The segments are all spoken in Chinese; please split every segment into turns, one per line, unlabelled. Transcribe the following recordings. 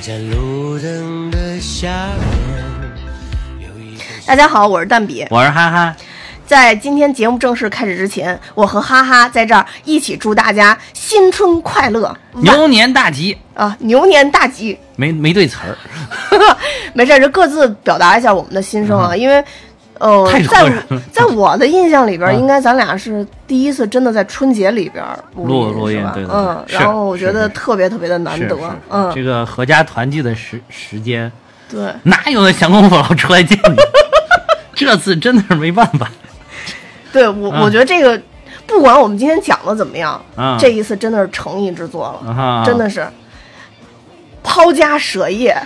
盏路灯的下面有一个
大家好，我是蛋比。
我是哈哈，
在今天节目正式开始之前，我和哈哈在这儿一起祝大家新春快乐，万
牛年大吉，
啊牛年大吉！
没没对词儿，
没事儿，就各自表达一下我们的心声啊，因为。呃
嗯太，
在
热人
我在我的印象 里边，
嗯
应该咱俩是第一次真的在春节里边
录
录
录
音，
音
是吧
对对对
嗯，
是
然后我
是
觉得
是
特别特别的难
是
得
是，
嗯，
这个合家团聚的时时间，
对，
哪有那闲工夫老出来见你？ 这次真的是没办法，
对我，
嗯
我觉得这个不管我们今天讲的怎么样，
嗯
这一次真的是诚意之作了，
啊
真的是抛家 舍业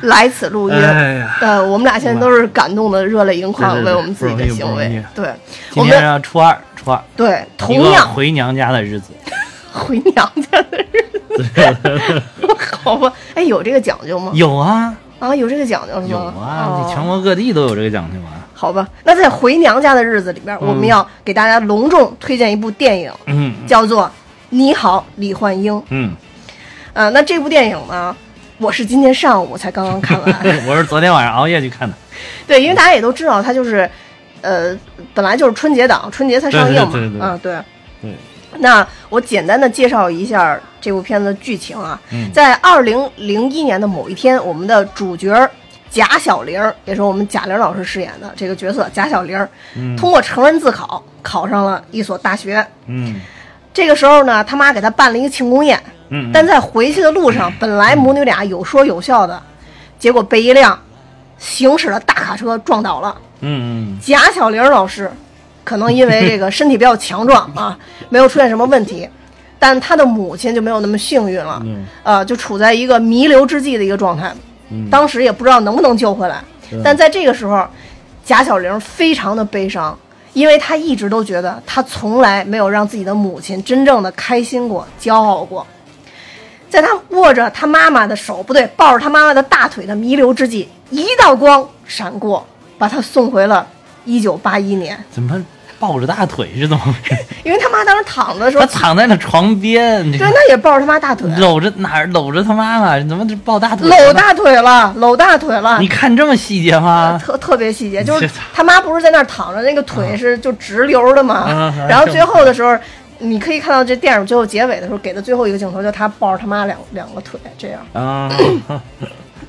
来此录音。
哎呀，
呃，我们俩现在都是感动的热泪盈眶，
对对对
为我们自己的行为。对，我
今天
们
要初二，初二，
对
一
同
个
样
回娘家的日子，
回娘家的日子， 好吧？哎，有这个讲究吗？
有啊
啊，有这个讲究是吗？
有啊，
哦
你全国各地都有这个讲究啊，
好吧，那在回娘家的日子里边，我们要给大家隆重推荐一部电影，
嗯
叫做《你好，李焕英》。
嗯，
呃，那这部电影呢，我是今天上午才刚刚看 完。
嗯 我是昨天晚上熬夜去看的，
对，因为大家也都知道，它就是，呃，本来就是春节档，春节才上映嘛。
对对对对
啊，对。
对，
那我简单的介绍一下这部片子的剧情啊，
嗯
在二零零一年的某一天，我们的主角儿贾小玲儿，也是我们贾玲老师饰演的这个角色贾小玲儿，
嗯
通过成人自考考上了一所大学。
嗯
这个时候呢，他妈给她办了一个庆功宴，
嗯，
但在回去的路上，本来母女俩有说有笑的，结果被一辆行驶的大卡车撞倒了。
嗯嗯
贾小玲老师可能因为这个身体比较强壮
嗯
啊，没有出现什么问题，但她的母亲就没有那么幸运了，
嗯
呃，就处在一个弥留之际的一个状态，
嗯，
当时也不知道能不能救回来。
对
但在这个时候，贾小玲非常的悲伤，因为她一直都觉得她从来没有让自己的母亲真正的开心过、骄傲过。在她握着她妈妈的手，不对，抱着她妈妈的大腿的弥留之际，一道光闪过，把她送回了1981年。
怎么抱着大腿是怎么回事？
因为她妈当时躺着的时候
他，躺在那床边，这
对，那也抱着她妈大腿，
搂着哪儿搂着他妈妈？怎么这抱大腿？
搂？大腿了，搂大腿了
你。看这么细节 吗？
特特别细节，就是
这
他妈不是在那儿躺着，那个腿是就直溜的嘛。
啊
然后最后的时候，你可以看到这电影最后结尾的时候给的最后一个镜头，就他抱着他妈两两个腿这样。
啊，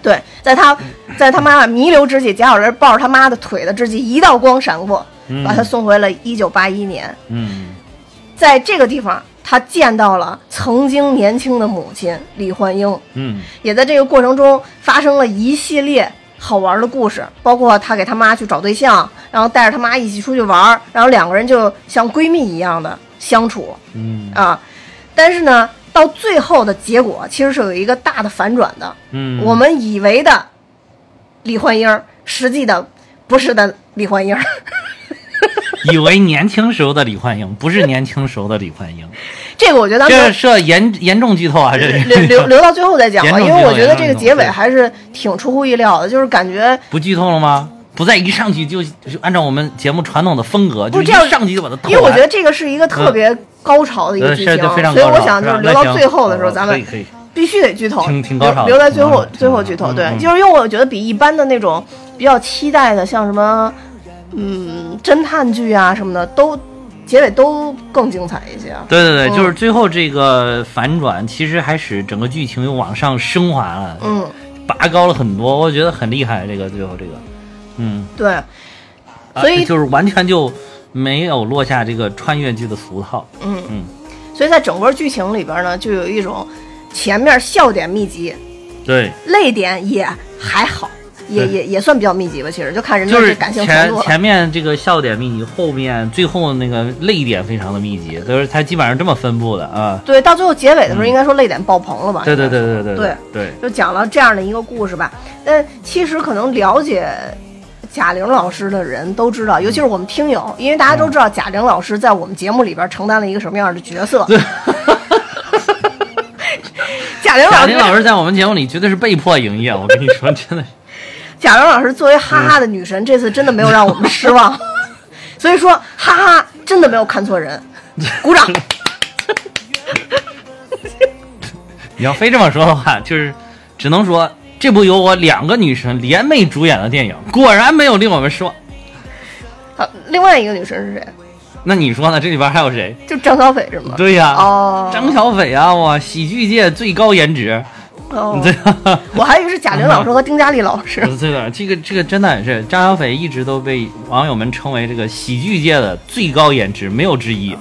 对，在他在他妈妈弥留之际，贾小玲抱着他妈的腿的之际，一道光闪过，
嗯
把他送回了1981年。
嗯
在这个地方，他见到了曾经年轻的母亲李焕英。
嗯
也在这个过程中发生了一系列好玩的故事，包括他给他妈去找对象，然后带着他妈一起出去玩儿，然后两个人就像闺蜜一样的相处
嗯
啊。但是呢，到最后的结果其实是有一个大的反转的。
嗯，
我们以为的李焕英，实际的不是的李焕英，
以为年轻时候的李焕英不是年轻时候的李焕英，
这个我觉得咱们
这涉严严重剧透啊！这
留 留留到最后再讲吧，
严重
因为我
剧透
觉得
严
这
重剧
个
透
结尾
对
还是挺出乎意料的，就是感觉
不剧透了吗？不再一上去就就按照我们节目传统的风格，就
不
是一
这样
上去就把它透
因为我
完
觉得这个是一个特别高潮的一个
呃嗯
剧
是
情，
对非常
所以
高
我
潮
想就是
是吧
留
那
到
行
最后的时候，
嗯
咱
可
们
以可以
必须得剧透，
挺挺高潮的
留留在最
挺高
后
潮的
最后剧透，对，
嗯嗯
就是因为我觉得比一般的那种比较期待的，像什么嗯侦探剧啊什么的，都结尾都更精彩一些。
对对
嗯
对，就是最后这个反转，其实还使整个剧情又往上升华了，
嗯，
拔高了很多，我觉得很厉害。这个最后这个，嗯，
对，
啊
所以
就是完全就没有落下这个穿越剧的俗套。
嗯所以在整个剧情里边呢，就有一种前面笑点密集，
对，
泪点也还好，也
对
也也算比较密集吧。其实就看人家
就是
感情程
前
度了。
前面这个笑点密集，后面最后那个泪点非常的密集，就是它基本上这么分布的啊。
对，到最后结尾的时候，应该说泪点爆棚了吧？
嗯对对对对对
啊对
对，
就讲了这样的一个故事吧。但其实可能了解贾玲老师的人都知道，尤其是我们听友，因为大家都知道贾玲老师在我们节目里边承担了一个什么样的 角色。贾玲
贾
老师
玲，老师在我们节目里绝对是被迫营业，我跟你说， 真的是。
贾玲老师作为哈
嗯
哈的女神，这次真的没有让我们失 望。所以说，哈哈，真的没有看错人，鼓掌。
你要非这么说的话，就是只能说这部由我两个女神联袂主演的电影，果然没有令我们失望。
好，另外一个女神是谁？
那你说呢？这里边还有谁？
就张小斐是吗？
对呀、
哦，
张小斐啊，哇，喜剧界最高颜值，
哦
对、啊，
我还以为是贾玲老师和丁嘉丽老师。
不是这个，这个，这个真的也是张小斐一直都被网友们称为这个喜剧界的最高颜值，没有之一。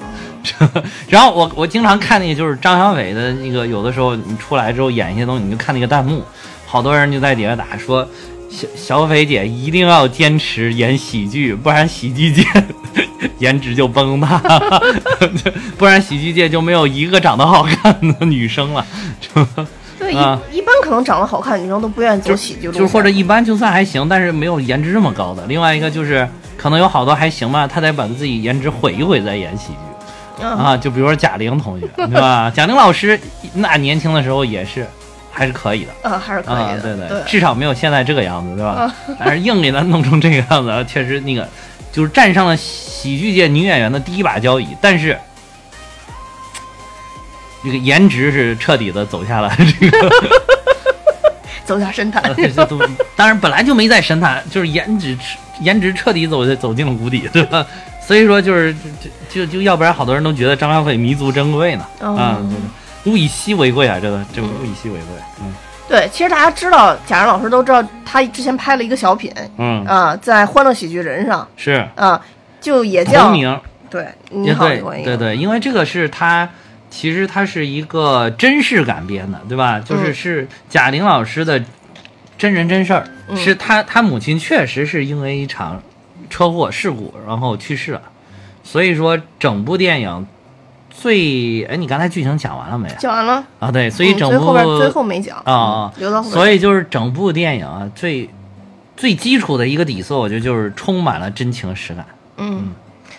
然后我我经常看那个，就是张小斐的那个，有的时候你出来之后演一些东西，你就看那个弹幕，好多人就在底下打说。小小斐姐一定要坚持演喜剧，不然喜剧界 颜值就崩塌了， 不然喜剧界就没有一个长得好看的女生了。
对，一、
啊
一般可能长得好看的女生都不愿意走喜剧路
就是
线，
或者一般就算还行，但是没有颜值这么高的。另外一个就是可能有好多还行吧，他得把自己颜值毁一毁再演喜剧
啊，
啊。就比如说贾玲同学，对吧？ 贾玲老师那年轻的时候也是还是可以的。
啊，还是可
啊
以，的，
对
对嗯
至少没有现在这个样子，对吧？但是硬给他弄成这个样子，确实那个就是站上了喜剧界女演员的第一把交椅，但是这个颜值是彻底的走下了 这个
走下神坛。
呃这这都，当然本来就没在神坛，就是颜值颜值彻底走走进了谷底，对吧？所以说就是就就就要不然好多人都觉得张小斐弥足珍贵呢，
哦
啊，就是物以稀为贵啊，真的，这个物以稀为贵，嗯
对，其实大家知道，贾玲老师都知道，她之前拍了一个小品
嗯，
啊、在《欢乐喜剧人》上
是
啊、就也
同
叫
名，
对，
也
你
嗯
好，
对
李焕英，
对对，因为这个是他。其实它是一个真事改编的，对吧？就是
嗯
是贾玲老师的真人真事儿，
嗯
是她她母亲确实是因为一场车祸事故然后去世了，所以说整部电影最哎，你刚才剧情讲完了没啊？
讲完了，
啊，对，所以
嗯
整
最
部
后边最后没讲
啊啊
嗯留到后边
所以就是整部电影啊，最最基础的一个底色，我觉得就是充满了真情实感。
嗯，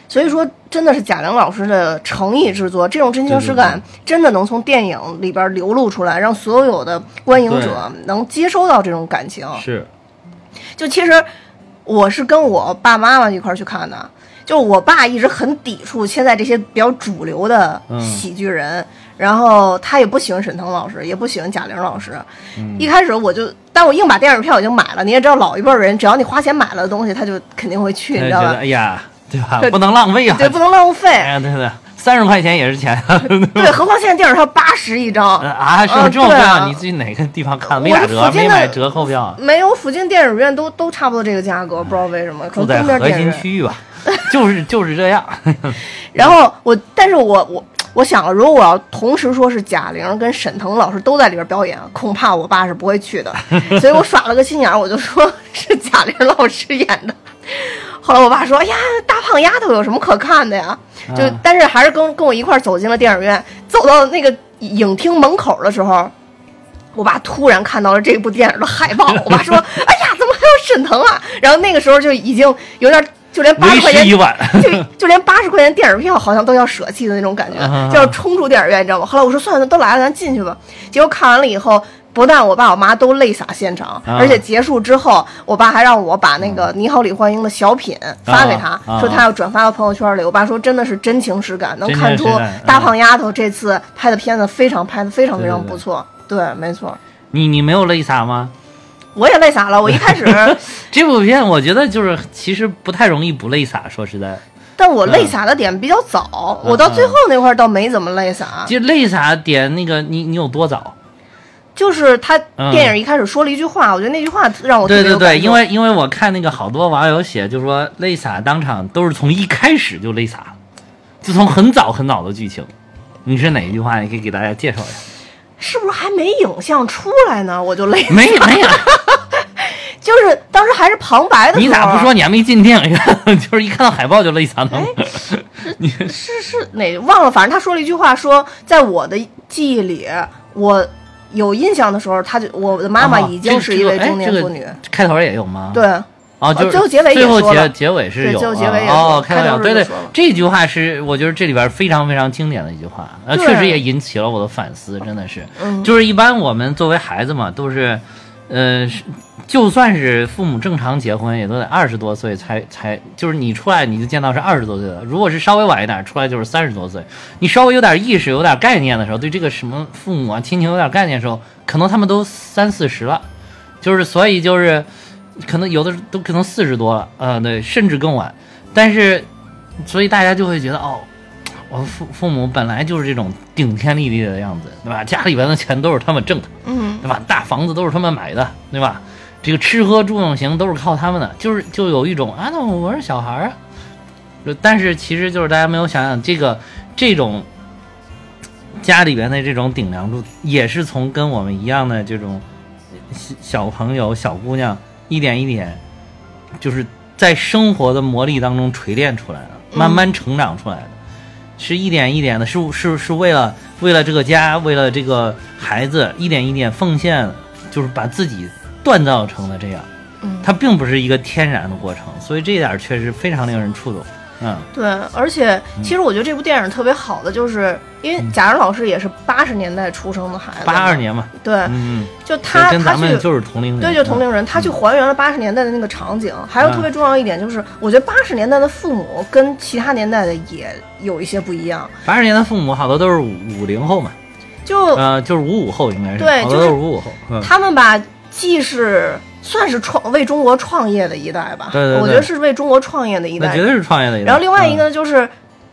所以说真的是贾玲老师的诚意之作，这种真情实
对
感真的能从电影里边流露出来，让所有的观影者能接收到这种感情。
是，
就其实我是跟我爸妈妈一块儿去看的，就我爸一直很抵触现在这些比较主流的
嗯
喜剧人，然后他也不喜欢沈腾老师，也不喜欢贾玲老师。
嗯
一开始我就，但我硬把电影票已经买了。你也知道，老一辈儿人只要你花钱买了的东西，他就肯定会去，
他
你
就
知
觉
道
得
吧？
哎呀，对吧？
对
不能浪费啊！
对，不能浪费。
哎呀，对对，三十块钱也是钱。
对，何况现在电影票八十一张，
啊，是有
啊
这种
对
票？
啊
你去哪个地方看？
我
没打
这
折，
附近
没
的
买折扣票啊，
没有附近电影院都都差不多这个价格，不知道为什么，可
住
能
在
东边
核
电影
心
院。
区域吧，就是就是这样。
然后我，但是我我我想了，如果我要同时说是贾玲跟沈腾老师都在里边表演，恐怕我爸是不会去的，所以我耍了个心眼儿，我就说是贾玲老师演的。后来我爸说：“哎呀，大胖丫头有什么可看的呀？”就、
啊
但是还是跟跟我一块儿走进了电影院，走到那个影厅门口的时候，我爸突然看到了这部电影的海报，我爸说：“哎呀，怎么还有沈腾啊？”然后那个时候就已经有点。就连 八
为
十块钱
时已晚。
就就连八十块钱电影票好像都要舍弃的那种感觉
啊，
就要冲出电影院，你知道吗？后来我说算了，都来了，咱进去吧。结果看完了以后，不但我爸我妈都泪洒现场，
啊嗯
而且结束之后，我爸还让我把那个《你好，李焕英》的小品发给他，
啊
说他要转发到朋友圈里。我爸说真的是真情实感，能
真情
看出
实感
大
啊
胖丫头这次拍的片子非常拍的非常非常
对对对
不错。对，没错，
你你没有泪洒吗？
我也泪洒了。我一 开始，
这部片我觉得就是其实不太容易不泪洒，说实在，
但我
嗯
泪洒的点比较早，我到最后那块儿倒没怎么泪洒。
就泪洒点那个你你有多早？
就是他
嗯
电影一开始说了一句话，我觉得那句话让我特
对
别
对
哦有
对，
感
因
动
为因为我看那个好多网友写，就说泪洒当场都是从一开始就泪洒了，就从很早很早的剧情。你是哪一句话？你可以给大家介绍一下。
是不是还没影像出来呢，我就累，
没没有，
就是当时还是旁白的 时候，啊
你咋不 说？你还没进电影院？ 就是一看到海报就泪洒呢。
哎是是哪忘了？反正他说了一句话，说在我的记忆里，我有印象的时候，他就我的妈妈已经是一位中年妇女，
啊啊这个这个哎这个开头也有吗？
对。
哦，就是
最后结尾也
最后
说
结
了
结尾是
对
有
最后结尾也
啊
说
哦，
了
开头
开
有
头
对
就
对
说了，
这句话是我觉得这里边非常非常经典的一句话，呃，
对
确实也引起了我的反思，真的是，
嗯
就是一般我们作为孩子嘛，都是呃，是就算是父母正常结婚，也都得二十多岁才才，就是你出来你就见到是二十多岁的，如果是稍微晚一点出来就是三十多岁，你稍微有点意识、有点概念的时候，对这个什么父母啊、亲情有点概念的时候，可能他们都三四十了，就是所以就是，可能有的都可能四十多了，呃，对，甚至更晚，但是，所以大家就会觉得哦。我父父母本来就是这种顶天立地的样子，对吧？家里边的钱都是他们挣的，
嗯，
对吧？大房子都是他们买的，对吧？这个吃喝住用行都是靠他们的，就是就有一种啊，那我是小孩儿啊。就但是其实就是大家没有想想，这个这种家里边的这种顶梁柱，也是从跟我们一样的这种小小朋友、小姑娘一点一点，就是在生活的磨砺当中锤炼出来的，慢慢成长出来的。是一点一点的，是是是为了为了这个家，为了这个孩子，一点一点奉献，就是把自己锻造成了这样。
嗯
它并不是一个天然的过程，所以这一点确实非常令人触动。嗯，
对，而且其实我觉得这部电影特别好的，就是因为贾樟老师也是八十年代出生的孩子，
嗯八二，年嘛，
对，
嗯，所
就
以
呃他
跟
他
咱们
去
就是同龄人，
对，就同龄人，他去还原了八十年代的那个场景。
嗯
还有特别重要一点就是，我觉得八十年代的父母跟其他年代的也有一些不一样。
嗯八十年的父母好多都是五五零后嘛，
就
呃，就是五五后应该是，
哦对
好多
就
都
是
是五五后。嗯，
他们吧，既是算是创为中国创业的一代吧，
对对对
我觉得是为中国创业的一
那
代
绝。对是创业的一代。
然后另外一
嗯
个就是。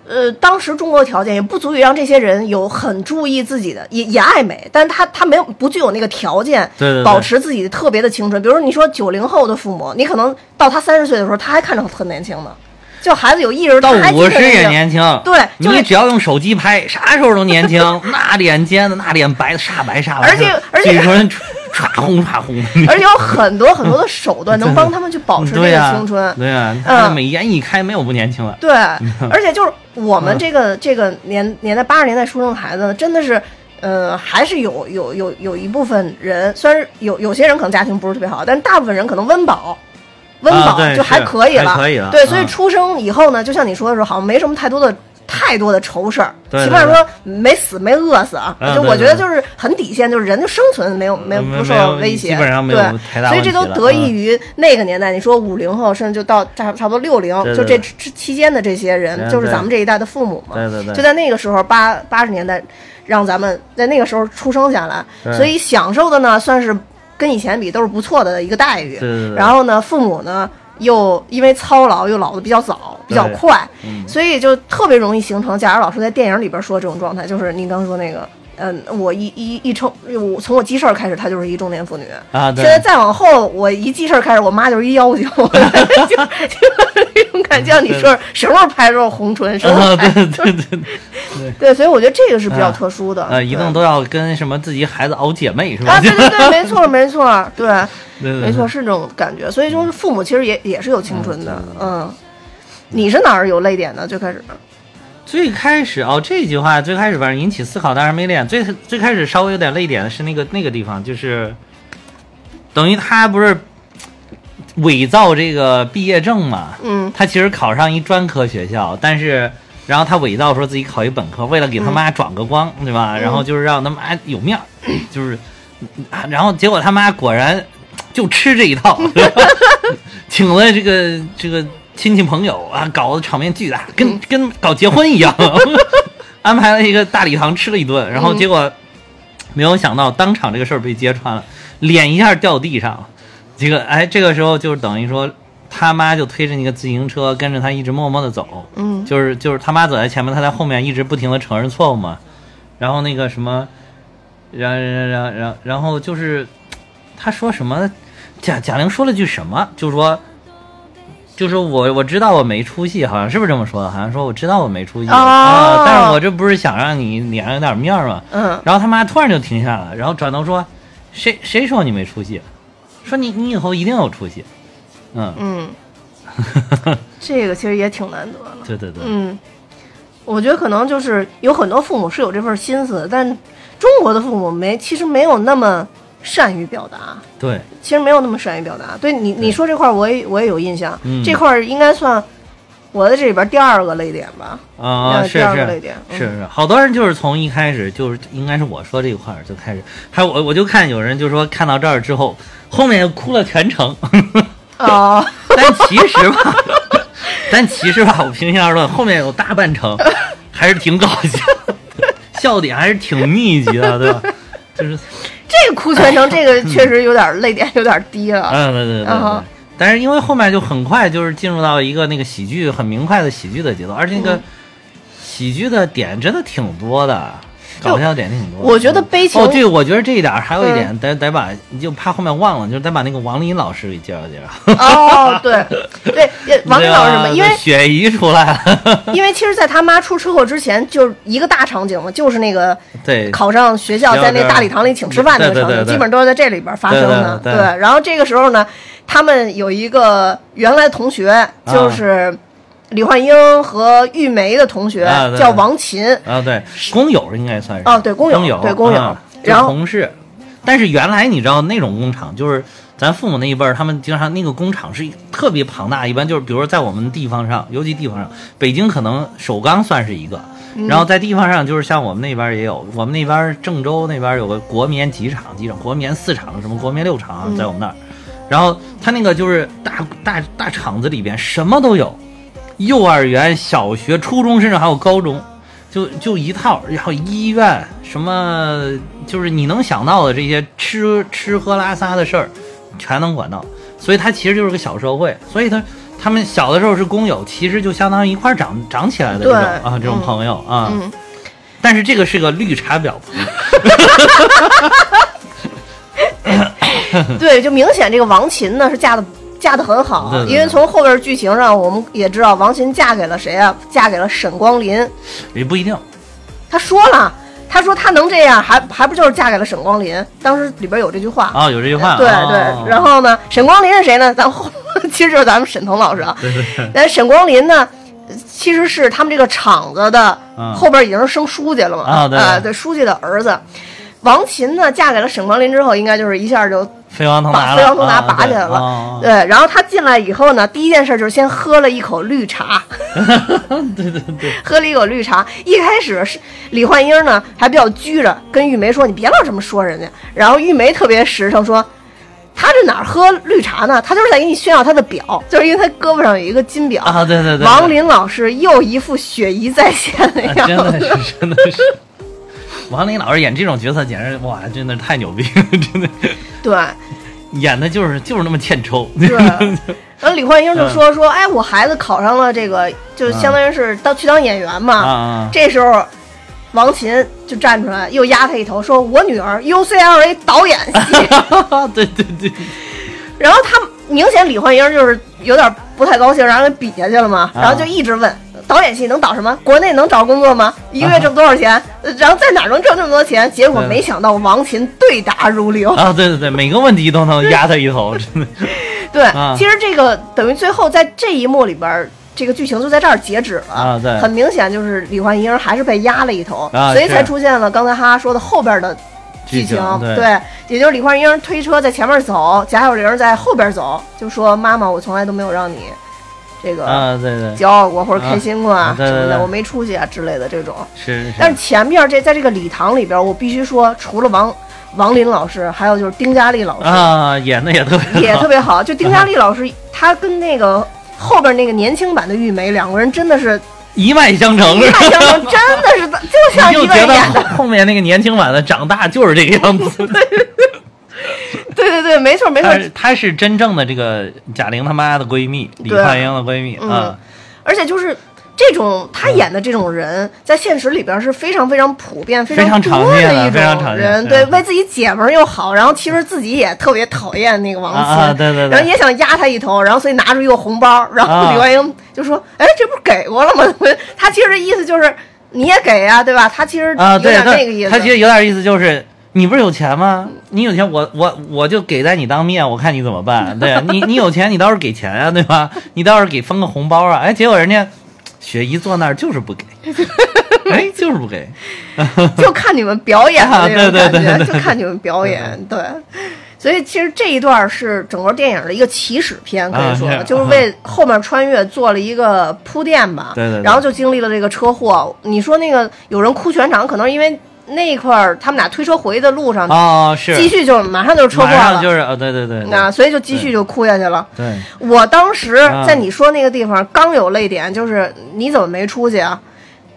呃，当时中国条件也不足以让这些人有很注意自己的，也也爱美，但是他他没有不具有那个条件，
对对对
保持自己特别的青春。比如说你说九零后的父母，你可能到他三十岁的时候，他还看着很年轻呢，就孩子有意识
到
他还
五
精
十
神
也
年轻。
年轻，
对就是
你只要用手机拍，啥时候都年轻，那脸尖的，那脸白的，煞白煞白，
而且而且
嘴唇唰红唰红，
而且有很多很多的 手段能帮他们去保持这
对
个
呀
青春。
对呀，他
嗯
美颜一开，没有不年轻的，
对，
嗯
而且就是我们这个这个年年代八十年代出生的孩子呢，真的是，呃，还是有有有有一部分人，虽然有有些人可能家庭不是特别好，但大部分人可能温饱。温
啊
饱
对
就还
是
可以了，
还可以了
对，
嗯
所以出生以后呢，就像你说的时候，好像没什么太多的太多的愁事儿，
对对
起码说没死没饿死啊，
嗯
就
对
我觉
对
得
对
就是很底线，就是人就生存没有没有
没
不受
没有
威胁，
基本上没有
对
太大
所以这
问
都
题了
得益
嗯
于。于那个年代，你说五零后，甚至就到差差不多六零，
对
就
对
这这期间的这些人，
对
就是
对
咱们这一代的父母嘛。
对对对
就在那个时候，八八十年代，让咱们在那个时候出生下来，
对
所以享受的呢，算是跟以前比都是不错的一个待遇。
对对对
然后呢，父母呢又因为操劳又老的比较早，比较
对
快，
嗯
所以就特别容易形成贾玲老师在电影里边说这种状态，就是您刚说那个。嗯，我一一一称，我从我记事儿开始，她就是一中年妇女。
啊，对
现，在再往后，我一记事儿开始，我 妈就是一要求，就就是那种感觉。像你说，什么时候拍时候红唇，什么时候
啊，
拍
对对对对，
对，所以我觉得这个是比较特殊的。
呃，一
对
定都要跟什么自己孩子熬姐妹是吧
啊，？对对对，没错没错，对，
对对对
没错是这种感觉。所以就是父母其实也也是有青春的，嗯。你是哪儿有泪点呢？最开始，
最开始哦，这句话最开始反正引起思考，但是没练。最最开始稍微有点泪点的是那个那个地方，就是等于他不是伪造这个毕业证嘛？
嗯
他其实考上一专科学校，但是然后他伪造说自己考一本科，为了给他妈转个光，对吧？然后就是让他妈哎有面儿，就是啊然后结果他妈果然就吃这一套，对吧请了这个这个亲戚朋友啊，搞得场面巨大，跟跟搞结婚一样， 安排了一个大礼堂吃了一顿，然后结果没有想到当场这个事儿被揭穿了，脸一下掉地上了。这个哎，这个时候就是等于说他妈就推着那个自行车跟着他一直默默的走，
嗯
就是就是他妈走在前面，他在后面一直不停的承认错误嘛。然后那个什么，然然然然然后就是他说什么，贾贾玲说了句什么，就说。就是我我知道我没出息，好像是不是这么说的？好像说我知道我没出息、
哦
啊，但是我这不是想让你脸上有点面儿吗？
嗯，
然后他妈突然就停下了，然后转头说：“谁谁说你没出息？说你你以后一定有出息。”嗯，
嗯，这个其实也挺难得的。
对对对，
嗯，我觉得可能就是有很多父母是有这份心思的，但中国的父母没，其实没有那么善于表达，
对，
其实没有那么善于表达。对你你说这块儿，我也我也有印象，
嗯
这块儿应该算我在这里边第二个泪点吧。
啊、
要
是
第二个泪
是
点嗯
是是，好多人就是从一开始就是应该是我说这一块儿就开始，还有我我就看有人就说看到这儿之后，后面哭了全程， 嗯
哦，
但其实吧， 但其实吧，我平心而论，后面有大半程还是挺搞笑，笑点还是挺密集的，对吧？就是，
这个哭全程，这个确实有点泪点有点低 了。
嗯，对对对对
嗯
对
哼。
但是因为后面就很快就是进入到一个那个喜剧很明快的喜剧的节奏，而且那个喜剧的点真的挺多的，
就
搞笑点挺多的。
我觉得悲情
哦，对，我觉得这一点儿还有一点，得得把你就怕后面忘了，就是得把那个王林老师给介绍介绍。
哦，对对，也王林老师嘛，
对吧
因为
雪姨出来了，
因为其实，在他妈出车祸之前，就是一个大场景嘛，就是那个
对，
考上学校，
学校
在那
这儿
大礼堂里请吃饭那个
对对
场
对
景，
对
基本都是在这里边发生的。
对对对对
然后这个时候呢，他们有一个原来同学，
啊
就是李焕英和玉梅的同学
啊，对
叫 王琴。
啊，对，工友应该算是
哦对工友
工友，
对工友
啊就
然后
同事，但是原来你知道那种工厂，就是咱父母那一辈儿，他们经常那个工厂是一个特别庞大，一般就是比如说在我们地方上，尤其地方上，北京可能首钢算是一个。
嗯
然后在地方上，就是像我们那边儿也有，我们那边儿郑州那边儿有个国棉几厂，几厂，国棉四厂，什么国棉六厂啊，在我们那儿。然后他那个就是大大大厂子里边什么都有，幼儿园、小学、初中，甚至还有高中，就就一套，然后医院什么，就是你能想到的这些吃吃喝拉撒的事儿，全能管到。所以它其实就是个小社会，所以他他们小的时候是工友，其实就相当于一块儿长长起来的这种
对
啊，这种
嗯
朋友啊。
嗯
但是这个是个绿茶婊朋友，
对，就明显这个王琴呢是嫁的嫁的很好
对，对对
因为从后边剧情上我们也知道王琴嫁给了谁啊？嫁给了沈光林。
也不一定。
她说了，她说她能这样，还还不就是嫁给了沈光林？当时里边有这句话。
啊，有这句话。
对
哦
对，然后呢，沈光林是谁呢？ 咱后其实就是咱们沈腾老师啊。
对对对
但沈光林呢，其实是他们这个厂子的、
嗯
后边已经是升书记了嘛
啊对
对，书记的儿子。王琴呢，嫁给了沈光林之后，应该就是一下就
飞黄腾达
把
了，
飞黄腾达
啊
拔起来了。
对哦
对，然后她进来以后呢，第一件事就是先喝了一口绿茶。
对 对对，
喝了一口绿茶。一开始是李焕英呢还比较拘着，跟玉梅说：“你别老这么说人家。”然后玉梅特别实诚说：“他这哪儿喝绿茶呢？他就是在给你炫耀他的表，就是因为他胳膊上有一个金表。
啊，对对对，
王
对
林老师又一副雪姨在线 的
啊
样
真
子，
的是，真的是。王林老师演这种角色，简直哇，真的是太牛逼了，真的
对
演的就是就是那么欠抽。
对。然后李焕英就说：“ 说哎，我孩子考上了这个，就相当于是当去当演员嘛。
啊啊
这时候，王琴就站出来，又压他一头，说：“我女儿 UCLA 导演系。”
啊！ 对对对，
然后他明显李焕英就是有点不太高兴，然后给比下去了嘛，
啊
然后就一直问导演系能导什么？国内能找工作吗？一个月挣多少钱？ 呃然后在哪儿能挣这么多钱？结果
对
没想到王琴对答如流。
啊对对对，每个问题都能压他一头，真的。
对
啊，
其实这个等于最后在这一幕里边儿。这个剧情就在这儿截止了
啊对
很明显就是李焕英还是被压了一头，
啊
所以才
是
出现了刚才哈哈说的后边的剧情，
对
也就是李焕英推车在前面走，贾小玲在后边走，就说妈妈，我从来都没有让你这个
啊对对
骄傲过或者开心过
啊对
什么
对
的，
对
我没出息啊之类的这种。
是
但
是
是前面这在这个礼堂里边，我必须说，除了王王林老师，还有就是丁嘉丽老师、
啊，演的也特 别
也
好
特别好。就丁嘉丽老师，她跟那个后边那个年轻版的玉梅两个人真的是
一脉相承，
一
是吧
脉相承，真的是就像
你
一
就
个
觉
人
得
演的。
后后面那个年轻版的长大就是这个样 子。
对对对，没错没错
她。是她是真正的这个贾玲他妈的闺蜜，李
对
焕英的闺蜜
嗯
啊，
而且就是这种他
嗯
演的这种人，在现实里边是非常非常普遍、非
非常
多
常见
的
的嗯
一
非常
种
常见
人，
对
对，为自己解闷儿又好，然后其实自己也特别讨厌那个王
啊
琴，
啊对对对
然后也想压他一头，然后所以拿出一个红包，然后
啊
李焕英就说：“哎，这不是给过了吗？” 他其实意思就是你也给呀、对吧？他其实
啊，
有
对，
点
他
那个意思，
他其实有点意思，就是你不是有钱吗？你有钱我，我我就给在你当面，我看你怎么办。对啊你，你有钱，你倒是给钱啊，对吧？你倒是给封个红包啊。哎，结果人家雪姨坐那儿就是 不给，哎，就是不给。
就看你们表演的那种
啊对对对嗯
感觉，
对对
就看你们表演，对。所以其实这一段是整个电影的一个起始篇，可以说、
啊是
就是为后面穿越做了一个铺垫吧。
对对对
然后就经历了这个车祸。你说那个有人哭全场，可能是因为那一块儿他们俩推车回的路上，
哦，是
啊继续就马上就车祸
马上
了，
就是呃，对对对，对
那所以就继续就哭下去了。
对，
我当时
啊
在你说那个地方刚有泪点，就是你怎么没出去啊？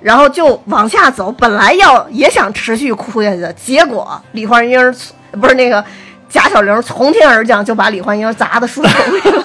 然后就往下走，本来要也想持续哭下去的，结果李焕英儿不是那个贾小玲从天而降，就把李焕英砸的树丛里 了。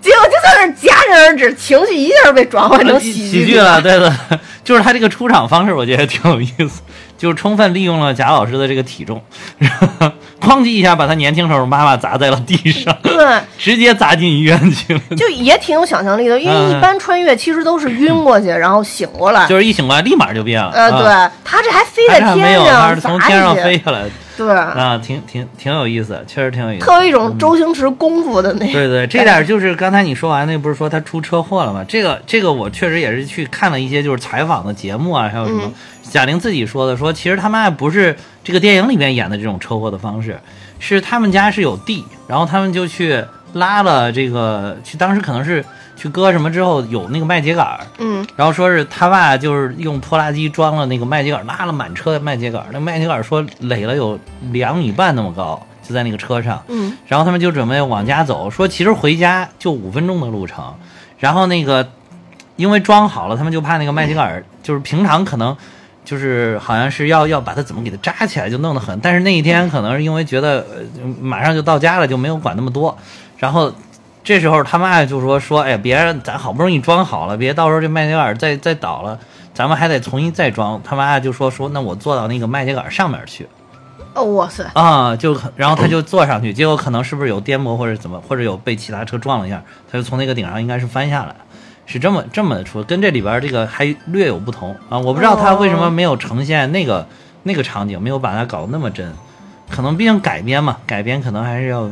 结果就在那儿戛然而止，情绪一下被转换成
呃喜
喜
喜
剧
剧了，。对的， 就是他这个出场方式，我觉得挺有意思，就是充分利用了贾老师的这个体重， 然后哐叽一下把他年轻时候妈妈砸在了地上，
对，
直接砸进医院去 了。
就也挺有想象力的，因为一般穿越其实都是晕过去，然后醒过来。
啊就是一醒过来立马就变了。
呃，
啊，
对他这还飞在
还是没
天
有，他
上，
是从
砸
天上
进去
飞下来的
对，
啊，挺挺挺有意思，确实挺有意思。
特有一种周星驰功夫的那
嗯对对，这点就是刚才你说完那不是说他出车祸了吗？这个这个我确实也是去看了一些就是采访的节目啊，还有什
嗯
么贾玲自己说的，说其实他妈不是这个电影里面演的这种车祸的方式，是他们家是有地，然后他们就去拉了这个去，当时可能是去割什么之后有那个麦秸秆儿，
嗯，
然后说是他爸就是用拖拉机装了那个麦秸秆，拉了满车的麦秸秆，那麦秸秆说垒了有两米半那么高，就在那个车上。
嗯，
然后他们就准备往家走，说其实回家就五分钟的路程。然后那个因为装好了，他们就怕那个麦秸秆儿，就是平常可能就是好像是要要把它怎么给它扎起来，就弄得很。但是那一天可能是因为觉得呃马上就到家了，就没有管那么多。然后这时候他妈就说说，哎，别让咱好不容易装好了，别到时候这麦秸秆儿再再倒了，咱们还得重新再装。他妈就说说，那我坐到那个麦秸秆儿上面去
哦，哇塞，
啊，就可然后他就坐上去，结果可能是不是有颠簸或者怎么，或者有被其他车撞了一下，他就从那个顶上应该是翻下来。是这么这么出，跟这里边儿这个还略有不同啊！我不知道他为什么没有呈现那个、那个场景，没有把它搞得那么真，可能毕竟改编嘛，改编可能还是要，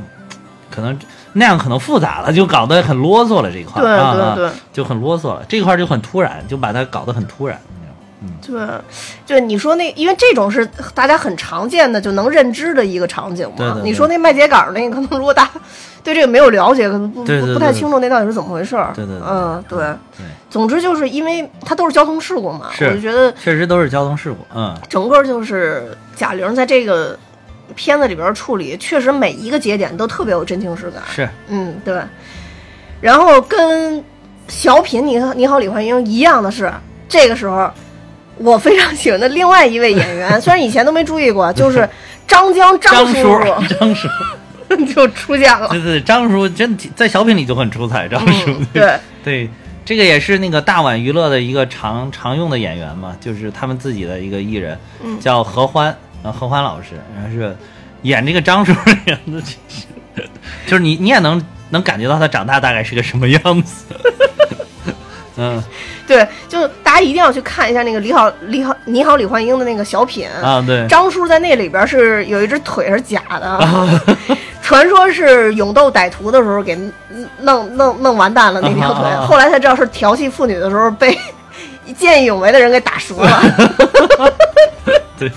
可能那样可能复杂了，就搞得很啰嗦了这一块，
对
啊
对
啊
对
就很啰嗦了，这块就很突然，就把它搞得很突然。
对，就你说那，因为这种是大家很常见的，就能认知的一个场景嘛。
对对对
你说那麦秸秆儿那个，可能如果大家对这个没有了解，可能不
对对对
不太清楚那到底是怎么回事儿。
对对对
嗯，对。
对，
总之就是因为它都是交通事故嘛，
是
我就觉得
确实都是交通事故，嗯，
整个就是贾玲在这个片子里边儿处理，确实每一个节点都特别有真情实感。
是
嗯，对。然后跟小品你好你好李焕英一样的是，这个时候我非常喜欢的另外一位演员，虽然以前都没注意过，就是张江张
叔
叔，
张叔，
叔 就出现了。
对对，张叔真在小品里就很出彩，张叔，
嗯，对，
对，这个也是那个大碗娱乐的一个常常用的演员嘛，就是他们自己的一个艺人，
嗯
叫何欢，呃，何欢老师，然后是演这个张叔的样子，真是就是你你也能能感觉到他长大大概是个什么样子。 嗯
对，就大家一定要去看一下那个李好李好你好李焕英的那个小品。
啊，对，
呃张叔在那里边是有一只腿是假
啊
的， 传说是勇斗歹徒的时候给弄弄弄完蛋了那条腿
啊啊，啊
后来才知道是调戏妇女的时候被 见义勇为的人给打折了。
对，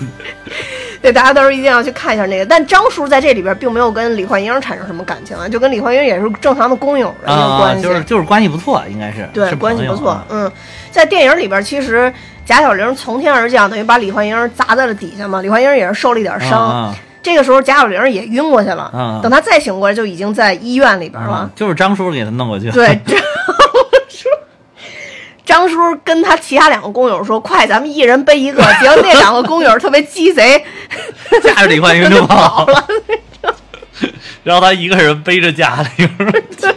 对，大家到时候一定要去看一下那个。但张叔在这里边并没有跟李焕英产生什么感情啊，就跟李焕英也是正常的工友的那个
啊，
关系，
就是就是关系不错，应该是
对
是
关系
朋
不
友
错
啊。
嗯，在电影里边，其实贾小玲从天而降，等于把李焕英砸在了底下嘛。李焕英也是受了一点伤，
啊
这个时候贾小玲也晕过去了，
嗯嗯
等她再醒过来，就已经在医院里边
啊
了。
啊就是张叔给他弄过去，
对，张叔，张叔跟他其他两个工友说：“快，咱们一人背一个。”结果那两个工友特别 鸡贼，
架着李焕英
就
就跑
跑了。
然后他一个人背着贾玲儿，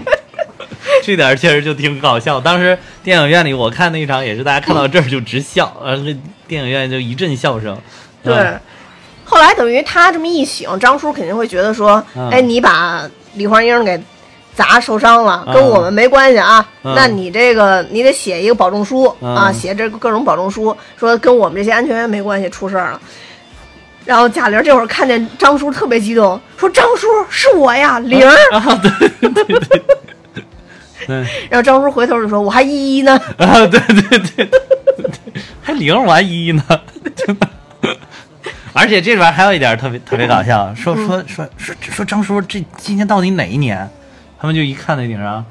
这点儿确实就挺搞笑。当时电影院里我看那一场也是，大家看到这儿就直笑，呃，那电影院就一阵笑声。
对，
嗯
后来等于他这么一醒，张叔肯定会觉得说：“
嗯
哎，你把李焕英给砸受伤了，跟
嗯
我们没关系啊。
嗯
那你这个你得写一个保证书、
嗯
啊，写这个各种保证书，说跟我们这些安全员没关系，出事儿了。”然后贾玲这会儿看见张叔特别激动，说：“张叔是我呀，玲儿。
啊，对对对 对嗯对
然后张叔回头就说：“我还依依呢。
啊，对对对，对还玲儿我还依依呢，真的。 而且这里边还有一点特别特别搞笑，说说说说说张叔这今年到底哪一年？他们就一看那顶上，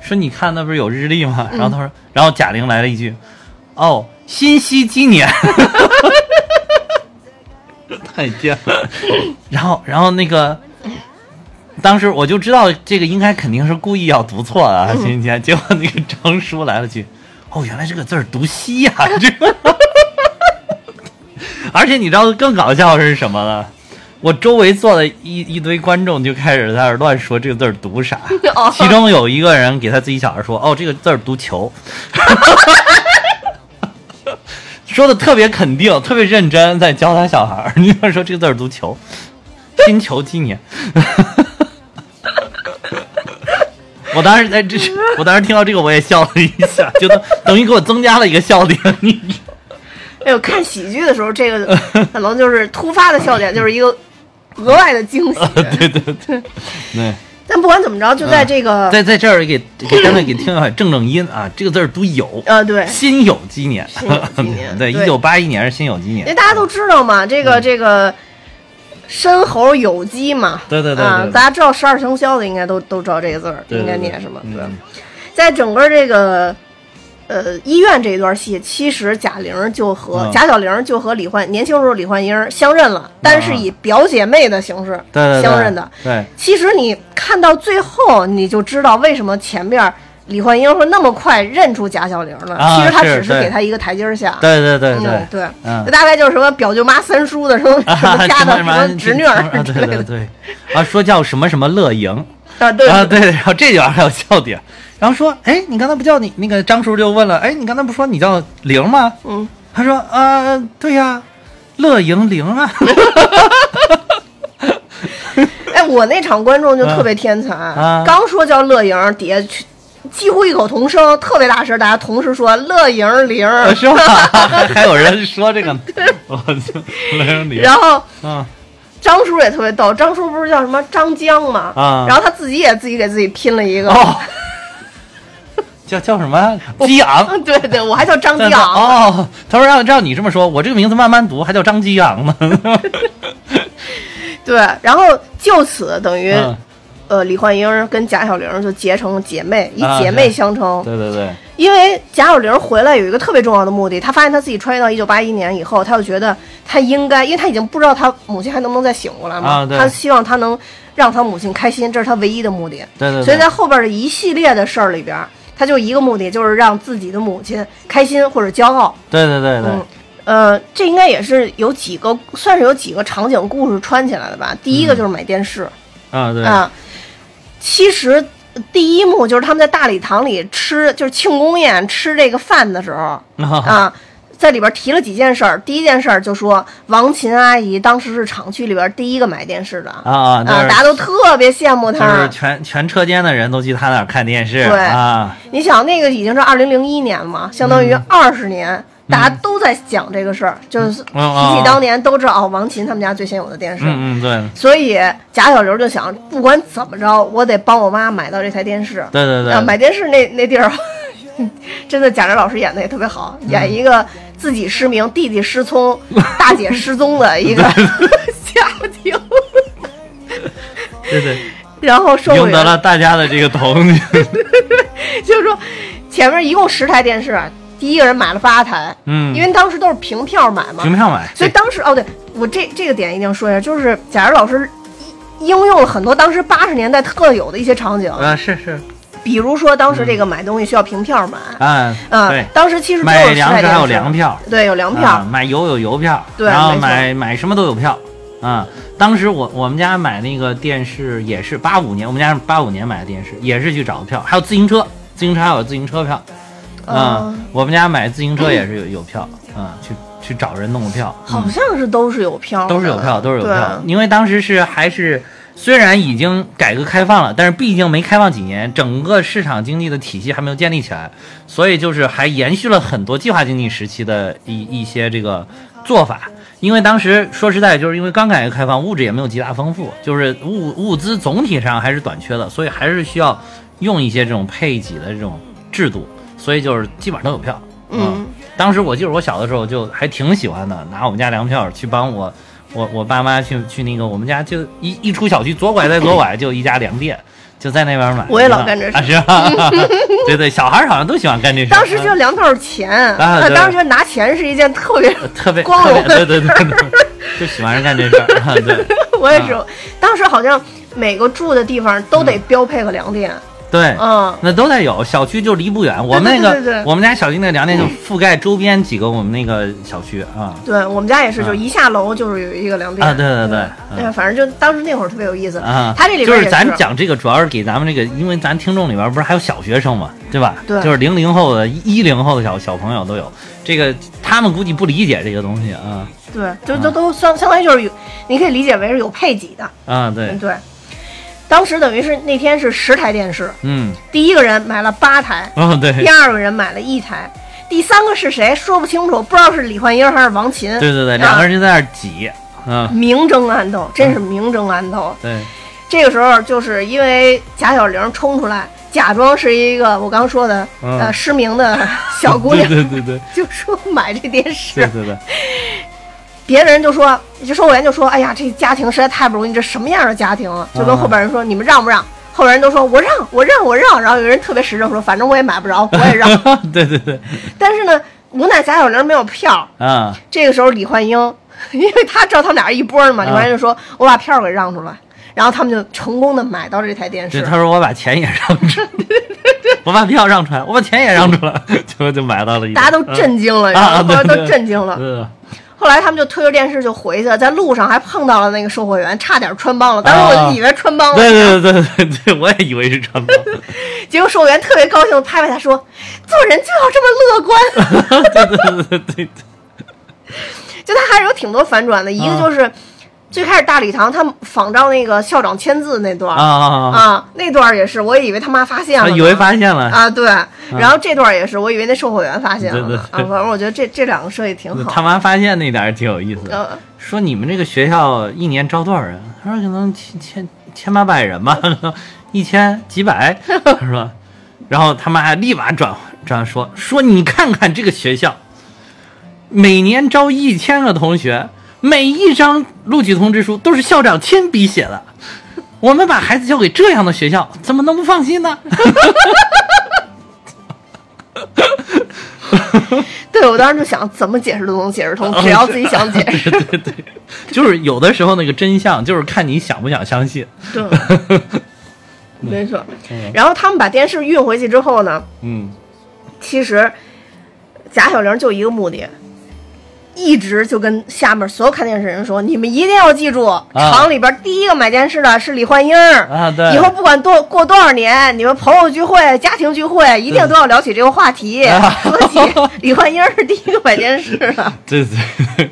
说你看那不是有日历吗？然后他说，然后贾玲来了一句，哦，新西今年， 太贱了。 然后然后那个。当时我就知道这个应该肯定是故意要读错啊，今天结果那个张叔来了句：“哦，原来这个字儿读西呀、 这个。而且你知道更搞笑的是什么呢？我周围坐的一一堆观众就开始在那儿乱说这个字儿读啥
哦，
其中有一个人给他自己小孩说：“哦，这个字儿读球。” 说的特别肯定，特别认真，在教他小孩儿。 你要说这个字儿读球，金球今年。 我当时在这，我当时听到这个我也笑了一下，就等等于给我增加了一个笑点。 你
哎呦，看喜剧的时候，这个可能就是突发的笑点，就是一个额外的惊 喜。
对对对对。
但不管怎么着，就在这个、
嗯在在这儿给给单位给听友正正音啊，这个字儿读有，
呃，对，
辛酉纪年
辛酉纪，年
对，
对
一九八一年是辛酉纪
因为
年，
大家都知道嘛，这
嗯
个、这个申猴酉鸡嘛，
对对对对
啊，
对
大家知道十二生肖的应该都都知道这个字儿，
对
应
对
该
对
念什么？
嗯
对吧，在整个这个。呃，医院这一段戏，其实贾玲就和、
嗯
贾小玲就和李焕年轻时候李焕英相认了，但是
啊
以表姐妹的形式
对对对，
相认的。
对
其实你看到最后，你就知道为什么前边李焕英会那么快认出贾小玲了。
啊
其实他
是
只是
对
给他一个台阶儿下。
对对对
嗯，
对，
对，
嗯
就大概就是什么表舅妈、三叔的什么
啊
什么家的什么侄女
啊
儿之
对
类
对
的
对，啊，说叫什么什么乐莹，
啊，对
啊，对，然后这里边还有笑点，然后说，哎，你刚才不叫你那个张叔就问了，哎，你刚才不说你叫玲吗？
嗯，
他说，啊，对呀，乐莹玲啊，
哎，我那场观众就特别天才，
嗯啊
刚说叫乐莹，底下去几乎异口同声，特别大声，大家同时说乐莹玲儿，
哎是吧？ 还有人说这个 呢，我就乐莹玲
然后
啊，
张叔也特别逗，张叔不是叫什么张江嘛，
啊
然后他自己也自己给自己拼了一个，
哦，叫叫什么激昂。
嗯， 对对，我还叫张
对
江，
对哦，他说让照你这么说，我这个名字慢慢读，还叫张激昂呢。
对，然后就此等于、
嗯
呃，李焕英跟贾小玲就结成了姐妹，以
啊
姐妹相称。
对对对，
因为贾小玲回来有一个特别重要的目的，她发现她自己穿越到一九八一年以后，她就觉得她应该，因为她已经不知道她母亲还能不能再醒过来嘛，
啊对
她希望她能让她母亲开心，这是她唯一的目的。
对对对
所以在后边的一系列的事儿里边，她就一个目的，就是让自己的母亲开心或者骄傲。
对对对对，
嗯，呃，这应该也是有几个，算是有几个场景故事串起来的吧。第一个就是买电视、
啊嗯对，
啊，其实第一幕就是他们在大礼堂里吃，就是庆功宴吃这个饭的时候
啊
啊。在里边提了几件事儿，第一件事儿就说王琴阿姨当时是厂区里边第一个买电视的
啊，
啊
就
大家
是
都特别羡慕
就是
她。
全全车间的人都去他那儿看电视
对
啊，
你想，那个已经是二零零一年了嘛，相当于二十年，大家都在讲这个事儿，就是提
嗯嗯嗯
起当年都知道哦，王琴他们家最先有的电视。
嗯嗯对。
所以贾小玲就想，不管怎么着，我得帮我妈买到这台电视。
对对对
啊买电视那那地儿， 真的贾玲老师演的也特别好，演一个自己失明、弟弟失聪、大姐失踪的一个家庭，
对对，
然后收
赢
尾
得了大家的这个同情。
就是说前面一共十台电视，第一个人买了八台，
嗯
因为当时都是凭票买嘛，
凭票买，
所以当时哦，对我这这个点一定要说一下，就是贾玲老师应应用了很多当时八十年代特有的一些场景，
啊是是
比如说当时这个买东西需要凭票买，
啊，
嗯，
对，
当时其实都有
买
时代
粮食
电
还有
视
粮，票，
对，有粮票，
啊，买油有油票，
对
然后
没错
买买什么都有票。啊、当时我我们家买那个电视也是八五年，我们家是八五年买的电视，也是去找票，还有自行车，自行车还有自行车票。啊、
嗯
我们家买自 行车也是有有票，啊、去去找人弄个票。嗯
好像是都是有票的，
都是有票，都是有票，
对。
因为当时是还是虽然已经改革开放了，但是毕竟没开放几年，整个市场经济的体系还没有建立起来，所以就是还延续了很多计划经济时期的一一些这个做法。因为当时说实在，就是因为刚改革开放，物质也没有极大丰富，就是物物资总体上还是短缺的，所以还是需要用一些这种配给的这种制度，所以就是基本上都有票。
嗯，
当时我记得我小的时候就还挺喜欢的，拿我们家粮票去帮我我我爸妈去去那个我们家就一一出小区左拐再左拐就一家粮店，就在那边买。
我也老
是吧
干这事
啊，是吧？ 对对，小孩儿好像都喜欢干这事儿。
当时就
嗯
粮票钱，
啊
那
对呃
当时就拿钱是一件特别，
特别
光荣
特别
的
对对对对，就喜欢干这事儿。啊 嗯对
我也是，当时好像每个住的地方都得标配个粮店，
对，
嗯，
那都得有，小区就离不远。我们那
对对对
个
对
我们家小区那个粮店就覆盖周边几个我们那个小区啊
对我们家也是，
啊
就一下楼就是有一个粮店，
啊，对对对。
哎
嗯
呀，反正就当时那会儿特别有意思。
啊，
他这里边
就
也
是咱讲这个，主要是给咱们这个，因为咱听众里边不是还有小学生嘛，对吧？
对
就是零零后的、一零后的小小朋友都有，这个他们估计不理解这个东西啊
对，就都都相相当于就是有，你可以理解为是有配给的，嗯
啊，对，
对。当时等于是那天是十台电视，
嗯，
第一个人买了八台，
哦
第
对。
二个人买了一台，第三个是谁说不清楚，不知道是李焕英还是王琴。
对对对，
啊
两个人就在那儿挤，嗯，
明争暗斗，真是明争暗斗。
对，
这个时候就是因为贾小玲冲出来，假装是一个我刚说的、
嗯
呃失明的小姑
对
娘，
对对对
就说买这电视，
对 对对，
别人就说，就售货员就说：“哎呀，这家庭实在太不容易，这什么样的家庭啊？”就跟
啊
后边人说：“你们让不让？”后边人都说：“我让，我让，我让。”然后有人特别实诚说：“反正我也买不着，我 也让。
对对对，”
但是呢，无奈贾小玲没有票。
啊，
这个时候李焕英， 因为他知道他们俩是一波的嘛，
啊
李焕英就说：“我把票给让出来。”然后他们就成功的买到这台电
对，
视。
他说我把钱也让出来，我把票让出来，我把钱也让出来， 就就买到了一个，
大家都震惊
嗯
了，然
啊，
后后来
对嗯
都
对
震惊了。
对
后来他们就推着电视就回去了，在路上还碰到了那个售货员，差点穿帮了。当时我
啊
就以为穿帮了，
对对对对对对，我也以为是成功。
结果售货员特别高兴，拍拍他说：“做人就要这么乐观。
对对对对对，”
就他还是有挺多反转的，
嗯
一个就是最开始大礼堂他仿照那个校长签字那段
啊
儿
啊啊！
啊，那段儿也是，我以为他妈发现
啊
了呢，
以为发现了，
啊对，然后这段儿也是，我以为那售货员发现了呢啊，
对对对
反正我觉得这这两个设计挺
他
好。
妈发现那点儿挺有意思的。
呃，
说你们这个学校一年招多少人？他说可能千千千八百人吧，一千几百，是吧？然后他妈立马转转说说你看看这个学校，每年招一千个同学，每一张录取通知书都是校长亲笔写的。我们把孩子交给这样的学校，怎么能不放心呢？
对我当时就想，怎么解释都能解释通，
嗯
只要自己想解释。
对对，就是有的时候那个真相，就是看你想不想相信。
对，没错。然后他们把电视运回去之后呢，
嗯，
其实贾小玲就一个目的，一直就跟下面所有看电视人说：“你们一定要记住，厂里边第一个买电视的是李焕英
啊对
以后不管多过多少年，你们朋友聚会、家庭聚会，一定都要聊起这个话题，
嗯啊
说起李焕英是第一个买电视的。
对对对。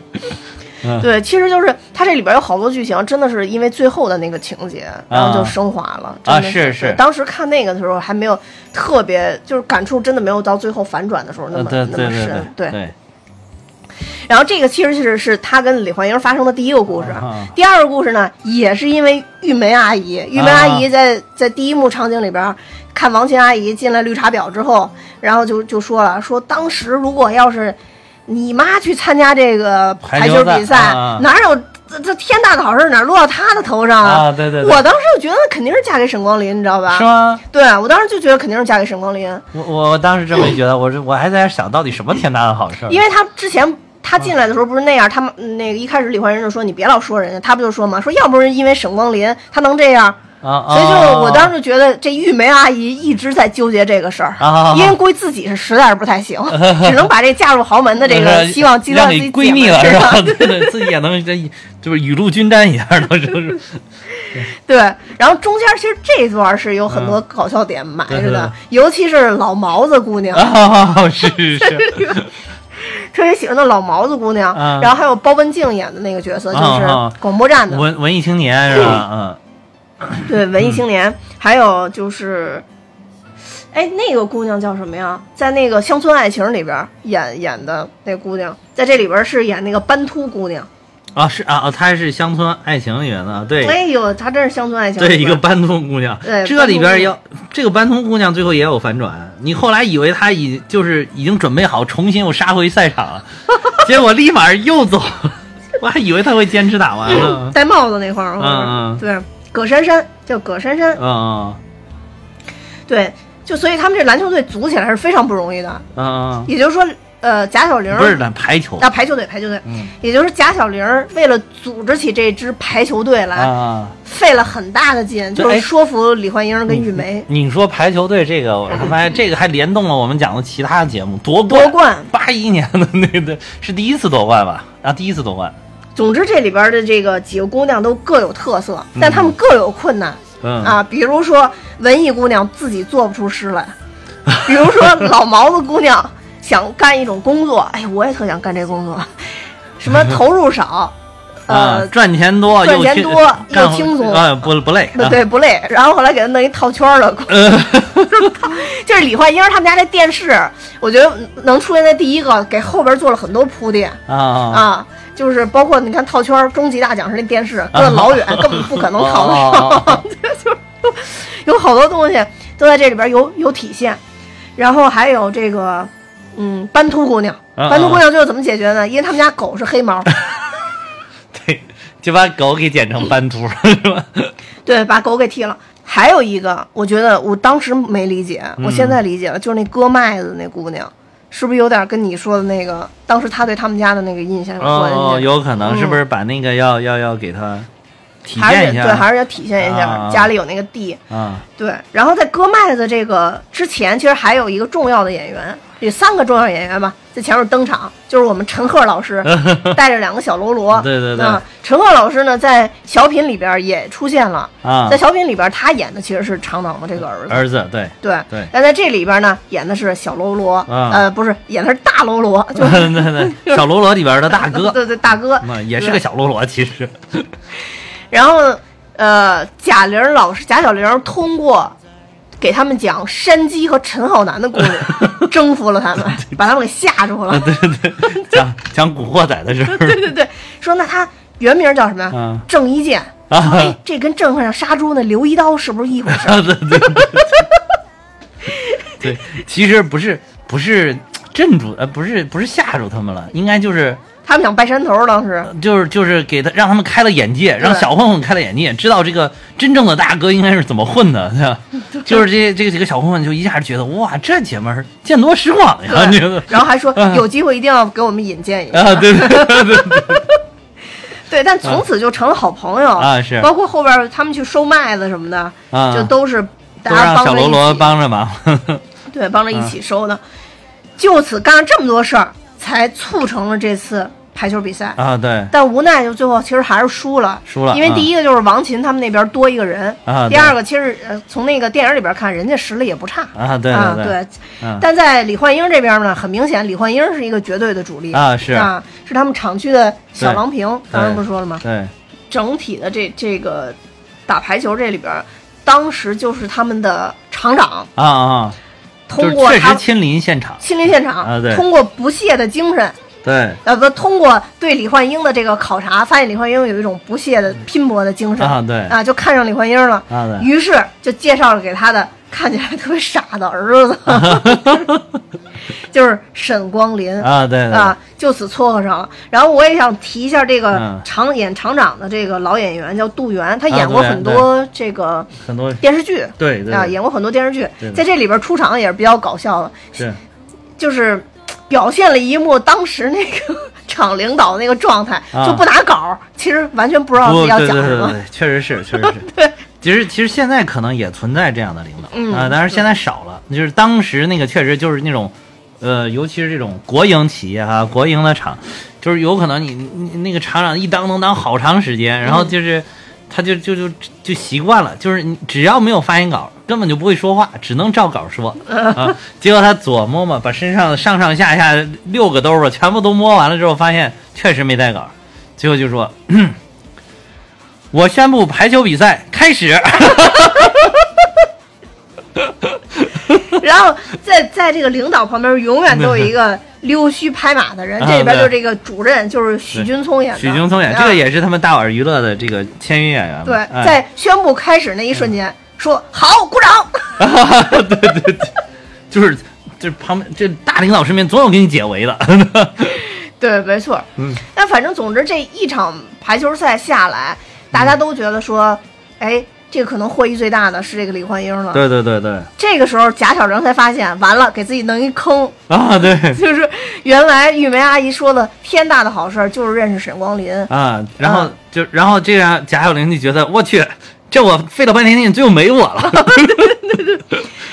嗯
对，其实就是它这里边有好多剧情，真的是因为最后的那个情节，然后就升华了。
啊
真的
是
是
是
当时看那个的时候还没有特别，就是感触真的没有到最后反转的时候那
呃
么
对
那
对
么
对
深。
对，
然后这个其实是是他跟李焕英发生的第一个故事，
啊
第二个故事呢也是因为玉梅阿姨，玉梅阿姨在、
啊
在第一幕场景里边看王琴阿姨进来绿茶婊之后，然后就就说了，说当时如果要是你妈去参加这个排
排
球
球
比赛，
赛啊
哪有这这天大的好事哪落到她的头上
啊对对对
我当时就觉得肯定是嫁给沈光林，你知道吧？
是吗？
对，我当时就觉得肯定是嫁给沈光林，
我我我当时真没觉得，我是我还在那想到底什么天大的好事儿。
因为他之前他进来的时候不是那样，他们嗯那个一开始李焕英就说你别老说人家，他不就说嘛，说要不是因为沈光林他能这样，
啊啊，
所以就是我当时觉得这玉梅阿姨一直在纠结这个事儿
啊，
因为估计自己是实在是不太行，只能把这嫁入 豪门的这个希望寄托
让
在自
给
己
闺蜜
姐
了
们身
是吧？
上。
对对，自己也能这就是雨露均沾一样的，就是
对，然后中间其实这一段是有很多搞笑点埋
嗯
着
对对
的
对，
尤其是老毛子姑娘，
啊， 是 是是，
特别喜欢的老毛子姑娘，
啊
然后还有包文婧演的那个角色，就
啊
是
啊
广播站的
文文艺青年是吧？嗯，
对，文艺青年，还有就是，哎，那个姑娘叫什么呀？在那个《乡村爱情》里边演演的那姑娘，在这里边是演那个斑秃姑娘。
啊是啊啊，她是乡村爱情里面的，对
哎呦，她真是《乡村爱情》
对，
里
一
边
个班通姑娘
对，
这里
班通姑
边
娘
要这个班通姑娘最后也有反转，你后来以为她已 就是已经准备好重新又杀回赛场了，结果立马又走了，我还以为他会坚持打完呢。
戴帽子那块儿，
嗯嗯
对，葛珊珊叫葛珊珊，
嗯
对，就所以他们这篮球队组起来是非常不容易的。
嗯
也就是说，呃，贾小玲
嗯，不是篮排球
啊，排球队，排球队，
嗯
也就是贾小玲为了组织起这支排球队来，
啊。
费了很大的劲，
对
就是
哎嗯
说服李焕英跟玉梅
你说排球队这个，我还 发现这个还联动了我们讲的其他节目夺
夺冠。
八一年的那个是第一次夺冠吧？啊，第一次夺冠，
总之，这里边的这个几个姑娘都各有特色，但她们各有困难、
嗯
啊。比如说，文艺姑娘自己做不出诗来， 比如说老毛子姑娘想干一种工作，哎，我也特想干这工 作，什么投入少，
啊
呃，
赚钱多，
赚
又
钱
轻
多又
干活
轻松
啊，不不累，
不
啊
对，不累。然后后来给他弄一套圈 儿的， 就是李焕英他们家这电视，我觉得能出现在第一个，给后边做了很多铺垫
啊啊
啊。就是包括你看套圈儿终极大奖是那电视，隔得老 远，根本不可能考得
哦
上，就是 有好多东西都在这里边有有体现。然后还有这个，嗯，斑秃姑娘，
嗯
斑秃姑娘最后怎么解决呢？因为他们家狗是 黑毛，
对，就把狗给剪成斑秃是吧？
对，把狗给剃了。还有一个，我觉得我当时没理解，
嗯
我现在理解了，就是那割麦子那姑娘，是不是有点跟你说的那个，当时她对他们家的那个印象有关系？
哦，有可能
嗯
是不是把那个要要要给它体
还是
验
得
一
对，还
下
是要体现一下、
啊
家里有那个地。
啊？
对，然后在割麦子这个之前，其实还有一个重要的演员，有三个重要演员吧，在前面登场，就是我们陈赫老 师带着两个小喽啰。
对对对
啊陈赫老师呢，在小品里边也出现了，
啊
在小品里边他演的其实是长脑毛这个儿子。
儿子对，
对
对
但在这里边呢，演的是小喽啰，
啊
呃，不是演的是大喽 啰，就
对
是
对对，小喽啰里边的大哥，
对对大哥，
那也是个小喽啰，其实
然后呃，贾玲老师，贾小玲通过给他们讲山鸡和陈浩南的 故事，征服了他们，把他们给吓住了。
对对对，讲讲古惑仔的事
对
儿
对对，说那他原名叫什么呀
嗯？
郑伊健。
啊
哎，这跟镇上杀猪那刘一刀是不是 一回事儿？
啊，对对对，对，其实不是不是镇住呃，不是不是吓住他们了，应该就是
他们想拜山头，当时
就是就是给他让他们开了眼界，让小混混开了眼界，知道这个真正的大哥应该是怎么混的，对 吧？就是这这个几个小混混就一下觉得哇，这姐们儿见多识广呀， 你觉
对
得，
然后还说
啊
有机会一定要给我们引荐一下。
啊，对对对对对，
对，但从此就成了好朋友
啊是
包括后边儿他们去收麦子什么的，
啊
就都是大
都
家
让
帮着
小喽
一
啰
起，
帮着忙，
对，帮着一
啊
起收的。就此干了这么多事儿，才促成了这次排球比赛。
啊，对，
但无奈就最后其实还是输了，
输了
因为
啊
第一个就是王琴他们那边多一个人，
啊
第二个其实呃从那个电影里边看，人家实力也不差
啊对对
啊
对嗯
但在李焕英这边呢，很明显李焕英是一个绝对的主力
啊是
啊是他们厂区的小郎平，刚才
对
不是说了吗？
对，
整体的这这个打排球这里边儿，当时就是他们的厂长
啊啊，就
通
是
过
确
他
实亲临现场，
亲临现场，
啊对
通过不懈的精神，
对。
呃不，通过对李焕英的这个考察，发现李焕英有一种不懈的拼搏的精神
啊对
啊，就看上李焕英了
啊对
于是就介绍了给他的看起来特别傻的 儿子，就是沈光林
啊，对对
啊，就此撮合上了。然后我也想提一下这个
嗯
厂演厂长的这个老演员叫杜源，他
啊
演过
杜源
很多这个
很多
电视剧，
对对
啊，
对
演过很多电视剧
对，对
在这里边出场也是比较搞笑的，
是
就是嘖表现了一幕当时那个 厂领导那个状态，
啊
就不拿稿儿，其实完全不知道自
不
己要
对
讲
对
什
对
么。
对，确实是确实 是对。其实其实现在可能也存在这样的领导
嗯
啊，但是现在少了。就是当时那个确实就是那种，呃，尤其是这种国营企业哈、国营的厂，就是有可能你你那个厂长一当能当好长时间，
嗯
然后就是。他就就就就习惯了，就是你只要没有发言稿，根本就不会说话，只能照稿 说啊。结果他左摸摸，把身上的上上下下六个兜吧，啊全部都摸完了之后，发现确实没带稿，最后就说：“我宣布排球比赛开 始。
然后在在这个领导旁边，永远都有一 个溜须拍马的人，
啊
这里边就是
对
这个主任，就是许君聪演的。
许京聪演
啊
这个也是他们大碗娱乐的这个签约演员嘛。
对，
哎嗯
在宣布开始那一瞬间，说好，鼓掌。
对对 对，就是就是旁边这大领导身边总有给你解围的。
对，没错。
嗯，
但反正总之这一场排球赛下来，大
嗯
家都觉得说，哎，这个可能获益最大的是这个李焕英了。
对对对对
这个时候贾小玲才发现，完了，给自己弄一坑，
啊，对
就是原来玉梅阿姨说的天大的好事儿就是认识沈光林。
啊，然后
啊
就然后这样，贾小玲就觉得我去，这我费了半天劲，最后没我 了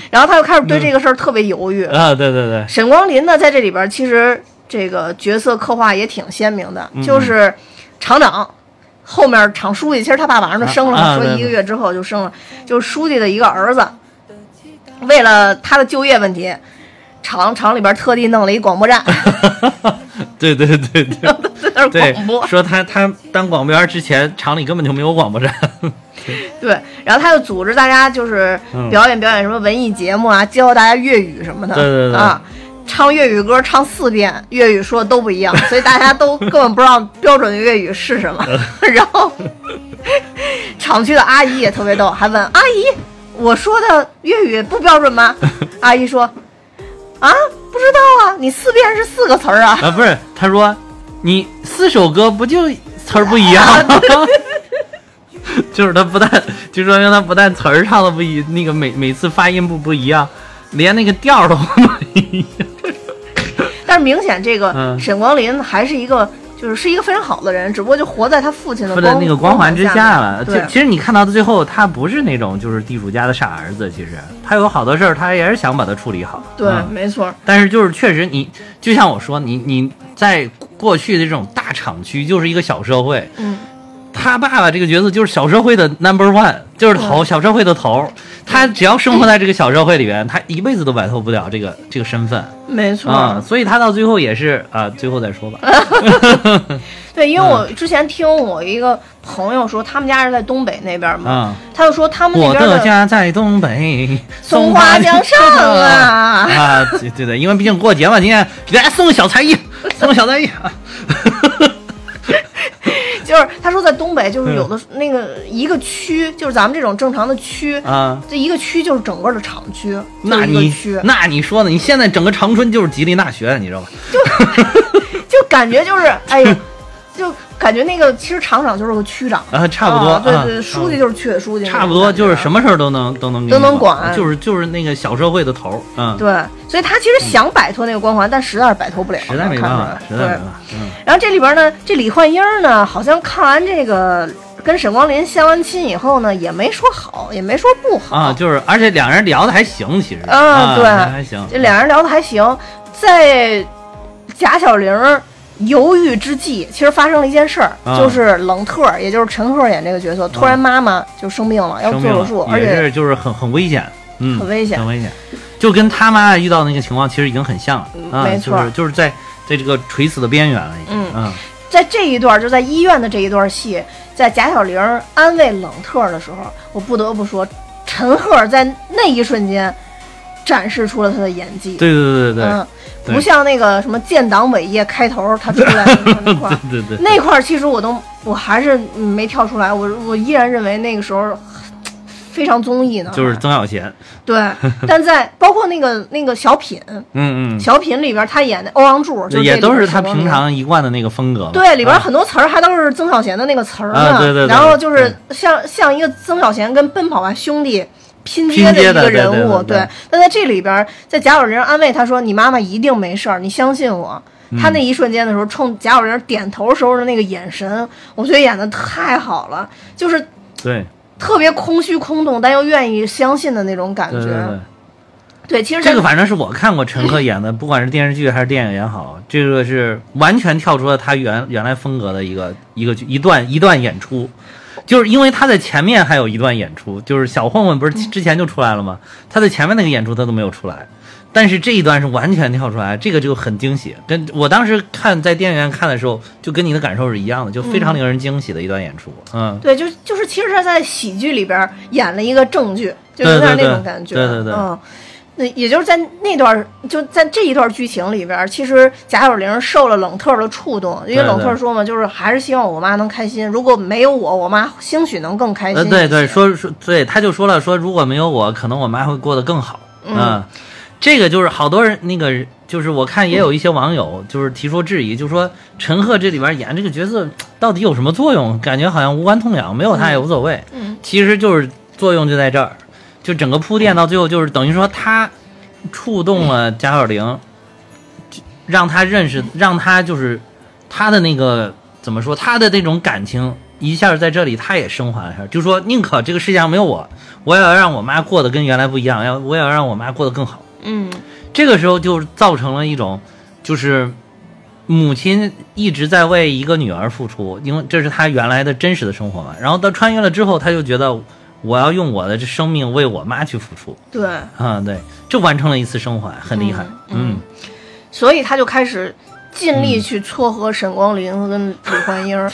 然后他又开始对这个事儿特别犹豫。
啊，对对 对，
沈光林呢，在这里边儿其实这个角色刻画也挺鲜明的，
嗯
就是厂长。后面厂书记，其实他爸马上就生了，
啊啊
说
对
一个月之后就生了，就是书记的一个儿子。为了他的就业问题，厂厂里边儿特地弄了一广播站，
对对 对对。
在那儿
对
广播，。
说他他当广播员之前，厂里根本就没有广播站。
对，然后他就组织大家就是
嗯
表演表演什么文艺节目啊，教大家粤语什么的，
对对对
啊，唱粤语歌唱四遍，粤语说的都不一样，所以大家都根本不知道标准的粤语是 什么。然后厂区的阿姨也特别逗，还问阿姨：“我说的粤语不标准吗？”阿姨说：“啊，不知道啊，你四遍是四个词儿啊。”
啊，不是，他说你四首歌不就词儿不一样吗？ 就是他不但就说明他不但词儿唱的不一，那个每每次发音不不一样，连那个调儿都不一样。
但是明显这个
嗯
沈光林还是一个，就是是一个非常好的人，只不过就活在他父亲的
不
光
在那个光环之下
下
了。
对
就，其实你看到的最后，他不是那种就是地主家的傻儿子，其实他有好多事儿，他也是想把它处理好。
对，
嗯
没错，
但是就是确实你，就像我说，你你在过去的这种大厂区就是一个小社会，
嗯，
他爸爸这个角色就是小社会的 number one，就是
嗯
头，小社会的头儿。他只要生活在这个小社会里边，他一辈子都摆脱不了这个这个身份
没错。
啊、所以他到最后也是啊、最后再说吧。
对，因为
嗯
我之前听我一个朋友说，他们家是在东北那边嘛，
啊、
他就说他们嗯那
我
边
的家在东北，
松花江上啊
啊，对对对，因为毕竟过节嘛，今天给大家送个小 才艺，送个小才艺啊。
就是他说在东北
嗯
就是有的那个一个区，就是咱们这种正常的区。
啊
这一个区就是整个的厂区，
那
就是一
你
个区
那你说呢？你现在整个长春就是吉林大学，你知道吧？
就感觉 就是，哎呦，就感觉那个其实厂长就是个区长，
啊，差不多，
啊对
啊
对，对书记就是区委书记，
差不多就是什
么。
么事儿都能都能给
都
你
能管
就是就是那个小社会的头儿，嗯，，
对，所以他其实想摆脱那个光环，但实在是摆脱不了，
实在没办
看
法，实
出
在没
来对
办法，嗯，
然后这里边呢，这李焕英呢，好像看完这个跟沈光林相完亲以后呢，也没说好，也没说不好
啊，就是而且两人聊的还行，其实，
啊对
还还行，
这俩人聊的还行。在贾小玲儿犹豫之际，其实发生了一件事儿，
啊
就是冷特儿，也就是陈赫演这个角色，突然妈妈就生病了，要
嗯生
做
病
手术，
了，
而
也
且
是就是很很危险，嗯，
很危险
很危险，就跟他妈妈遇到那个情况其实已经很像了，啊
嗯没错
就是就是在在这个垂死的边缘了，已经，嗯，
在这一段，就在医院的这一段戏，在贾小玲安慰冷特儿的时候，我不得不说，陈赫在那一瞬间展示出了他的演技。
对对对对
嗯，
对
不像那个什么建党伟业开头他出来的那
对
块儿，
对对 对，
那块儿其实我都我还是没跳出来，我我依然认为那个时候非常综艺呢，
就是曾小贤，
对，但在包括那个那个小品，
嗯嗯。
小品里边他演的欧阳柱，就是
也
这
都
里边
是他
沈光
平
明
常一贯的那个风格嘛，
对，里边
啊
很多词儿还都是曾小贤的那个词儿呢。
啊对对对
然后就是像像一个曾小贤跟《奔跑吧兄弟》拼接的
拼
一
接的
个人物，
对对对对
但在这里边，在贾小玲安慰他说：“你妈妈一定没事儿，你相信我。”
嗯
他那一瞬间的时候，冲贾小玲点头时候的那个眼神，我觉得演的太好了，就是
对
特别空虚空洞，但又愿意相信的那种感觉。
对对对，
对其实在
这个反正是我看过陈赫演的，不管是电视剧还是电影也好，这个是完全跳出了他原原来风格的一个一个一段一段演出，就是因为他在前面还有一段演出，就是小混混不是之前就出来了吗？他在前面那个演出他都没有出来，但是这一段是完全跳出来，这个就很惊喜。跟我当时看在电影院看的时候，就跟你的感受是一样的，就
嗯
非常令人惊喜的一段演出。嗯，
对，就是就是，其实他在喜剧里边儿演了一个正剧，就有
对
点
对
那种
对
感觉。
对对对
嗯，那也就是在那段儿，就在这一段剧情里边儿，其实贾小玲受了冷特儿的触动，因
对
为冷特儿
对
说嘛，就是还是希望我妈能开心，如果没有我，我妈兴许能更开心
呃，
一些。
对对，说说对，他就说了，说如果没有我，可能我妈会过得更好。
嗯
嗯这个就是好多人那个就是我看也有一些网友就是提出质疑，就说陈赫这里边演这个角色到底有什么作用？感觉好像无关痛痒，没有他也无所谓。
嗯，
其实就是作用就在这儿，就整个铺垫到最后就是等于说他触动了贾小玲，就让他认识，让他就是他的那个怎么说，他的那种感情一下在这里他也升华了一下，就说宁可这个世界上没有我，我也要让我妈过得跟原来不一样，要我也要让我妈过得更好。
嗯，
这个时候就造成了一种，就是母亲一直在为一个女儿付出，因为这是她原来的真实的生活嘛。然后到穿越了之后，她就觉得我要用我的这生命为我妈去付出
对，
啊，对，就完成了一次升华，很厉害。嗯，
所以他就开始尽力去撮合沈光林跟李焕 英儿。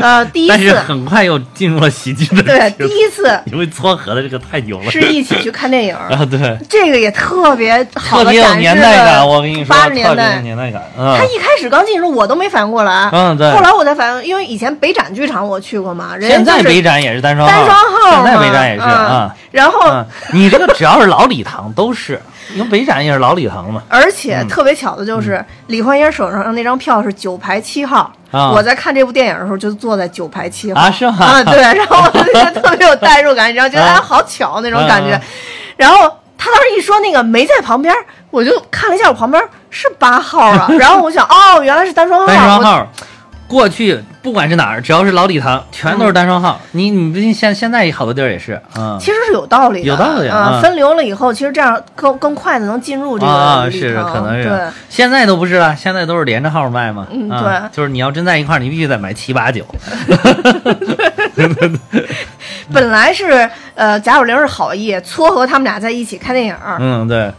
呃，第一
但是
次，
很快又进入了喜剧的
对，
角色
第一次
因为撮合的这个太牛了
是一起去看电影儿，
啊，对，
这个也特别好
特
的
别有年代感，我跟你说，
八
特别有
十年代。
年代感啊
他。一开始刚进的时候，我都没反应过来。啊
嗯对
后来我才反应，因为以前北展剧场我去过嘛，人家
现在
就是
北展也是单双
单双
现
号
在
嘛
北展也是
嗯
啊。
然后、
嗯，你这个只要是老礼堂都是，因为北展也是老礼堂嘛。
而且特别巧的就是，
嗯
李焕英手上那张票是九排七号。
啊
我在看这部电影的时候，就坐在九排七号
啊是吗
啊，对，然后我就觉得特别有代入感，然后觉得
啊
哎，好巧那种感觉
啊。
然后他当时一说那个没在旁边，我就看了一下我旁边是八号 啊，然后我想哦，原来是单双号，
单双
我
号，过去不管是哪儿，只要是老礼堂，全
嗯
都是单双号。你你不信？现现在好多地儿也是，嗯，
其实是有道理的，
有道理
啊。
嗯
分流了以后，其实这样更更快的能进入这个
啊，
礼
是
堂
可能
对
是。现在都不是了，现在都是连着号卖嘛。
嗯
啊
对
就是你要真在一块儿，你必须得买七八九。
本来是呃贾小玲是好意撮合他们俩在一起看电影儿，
嗯，对。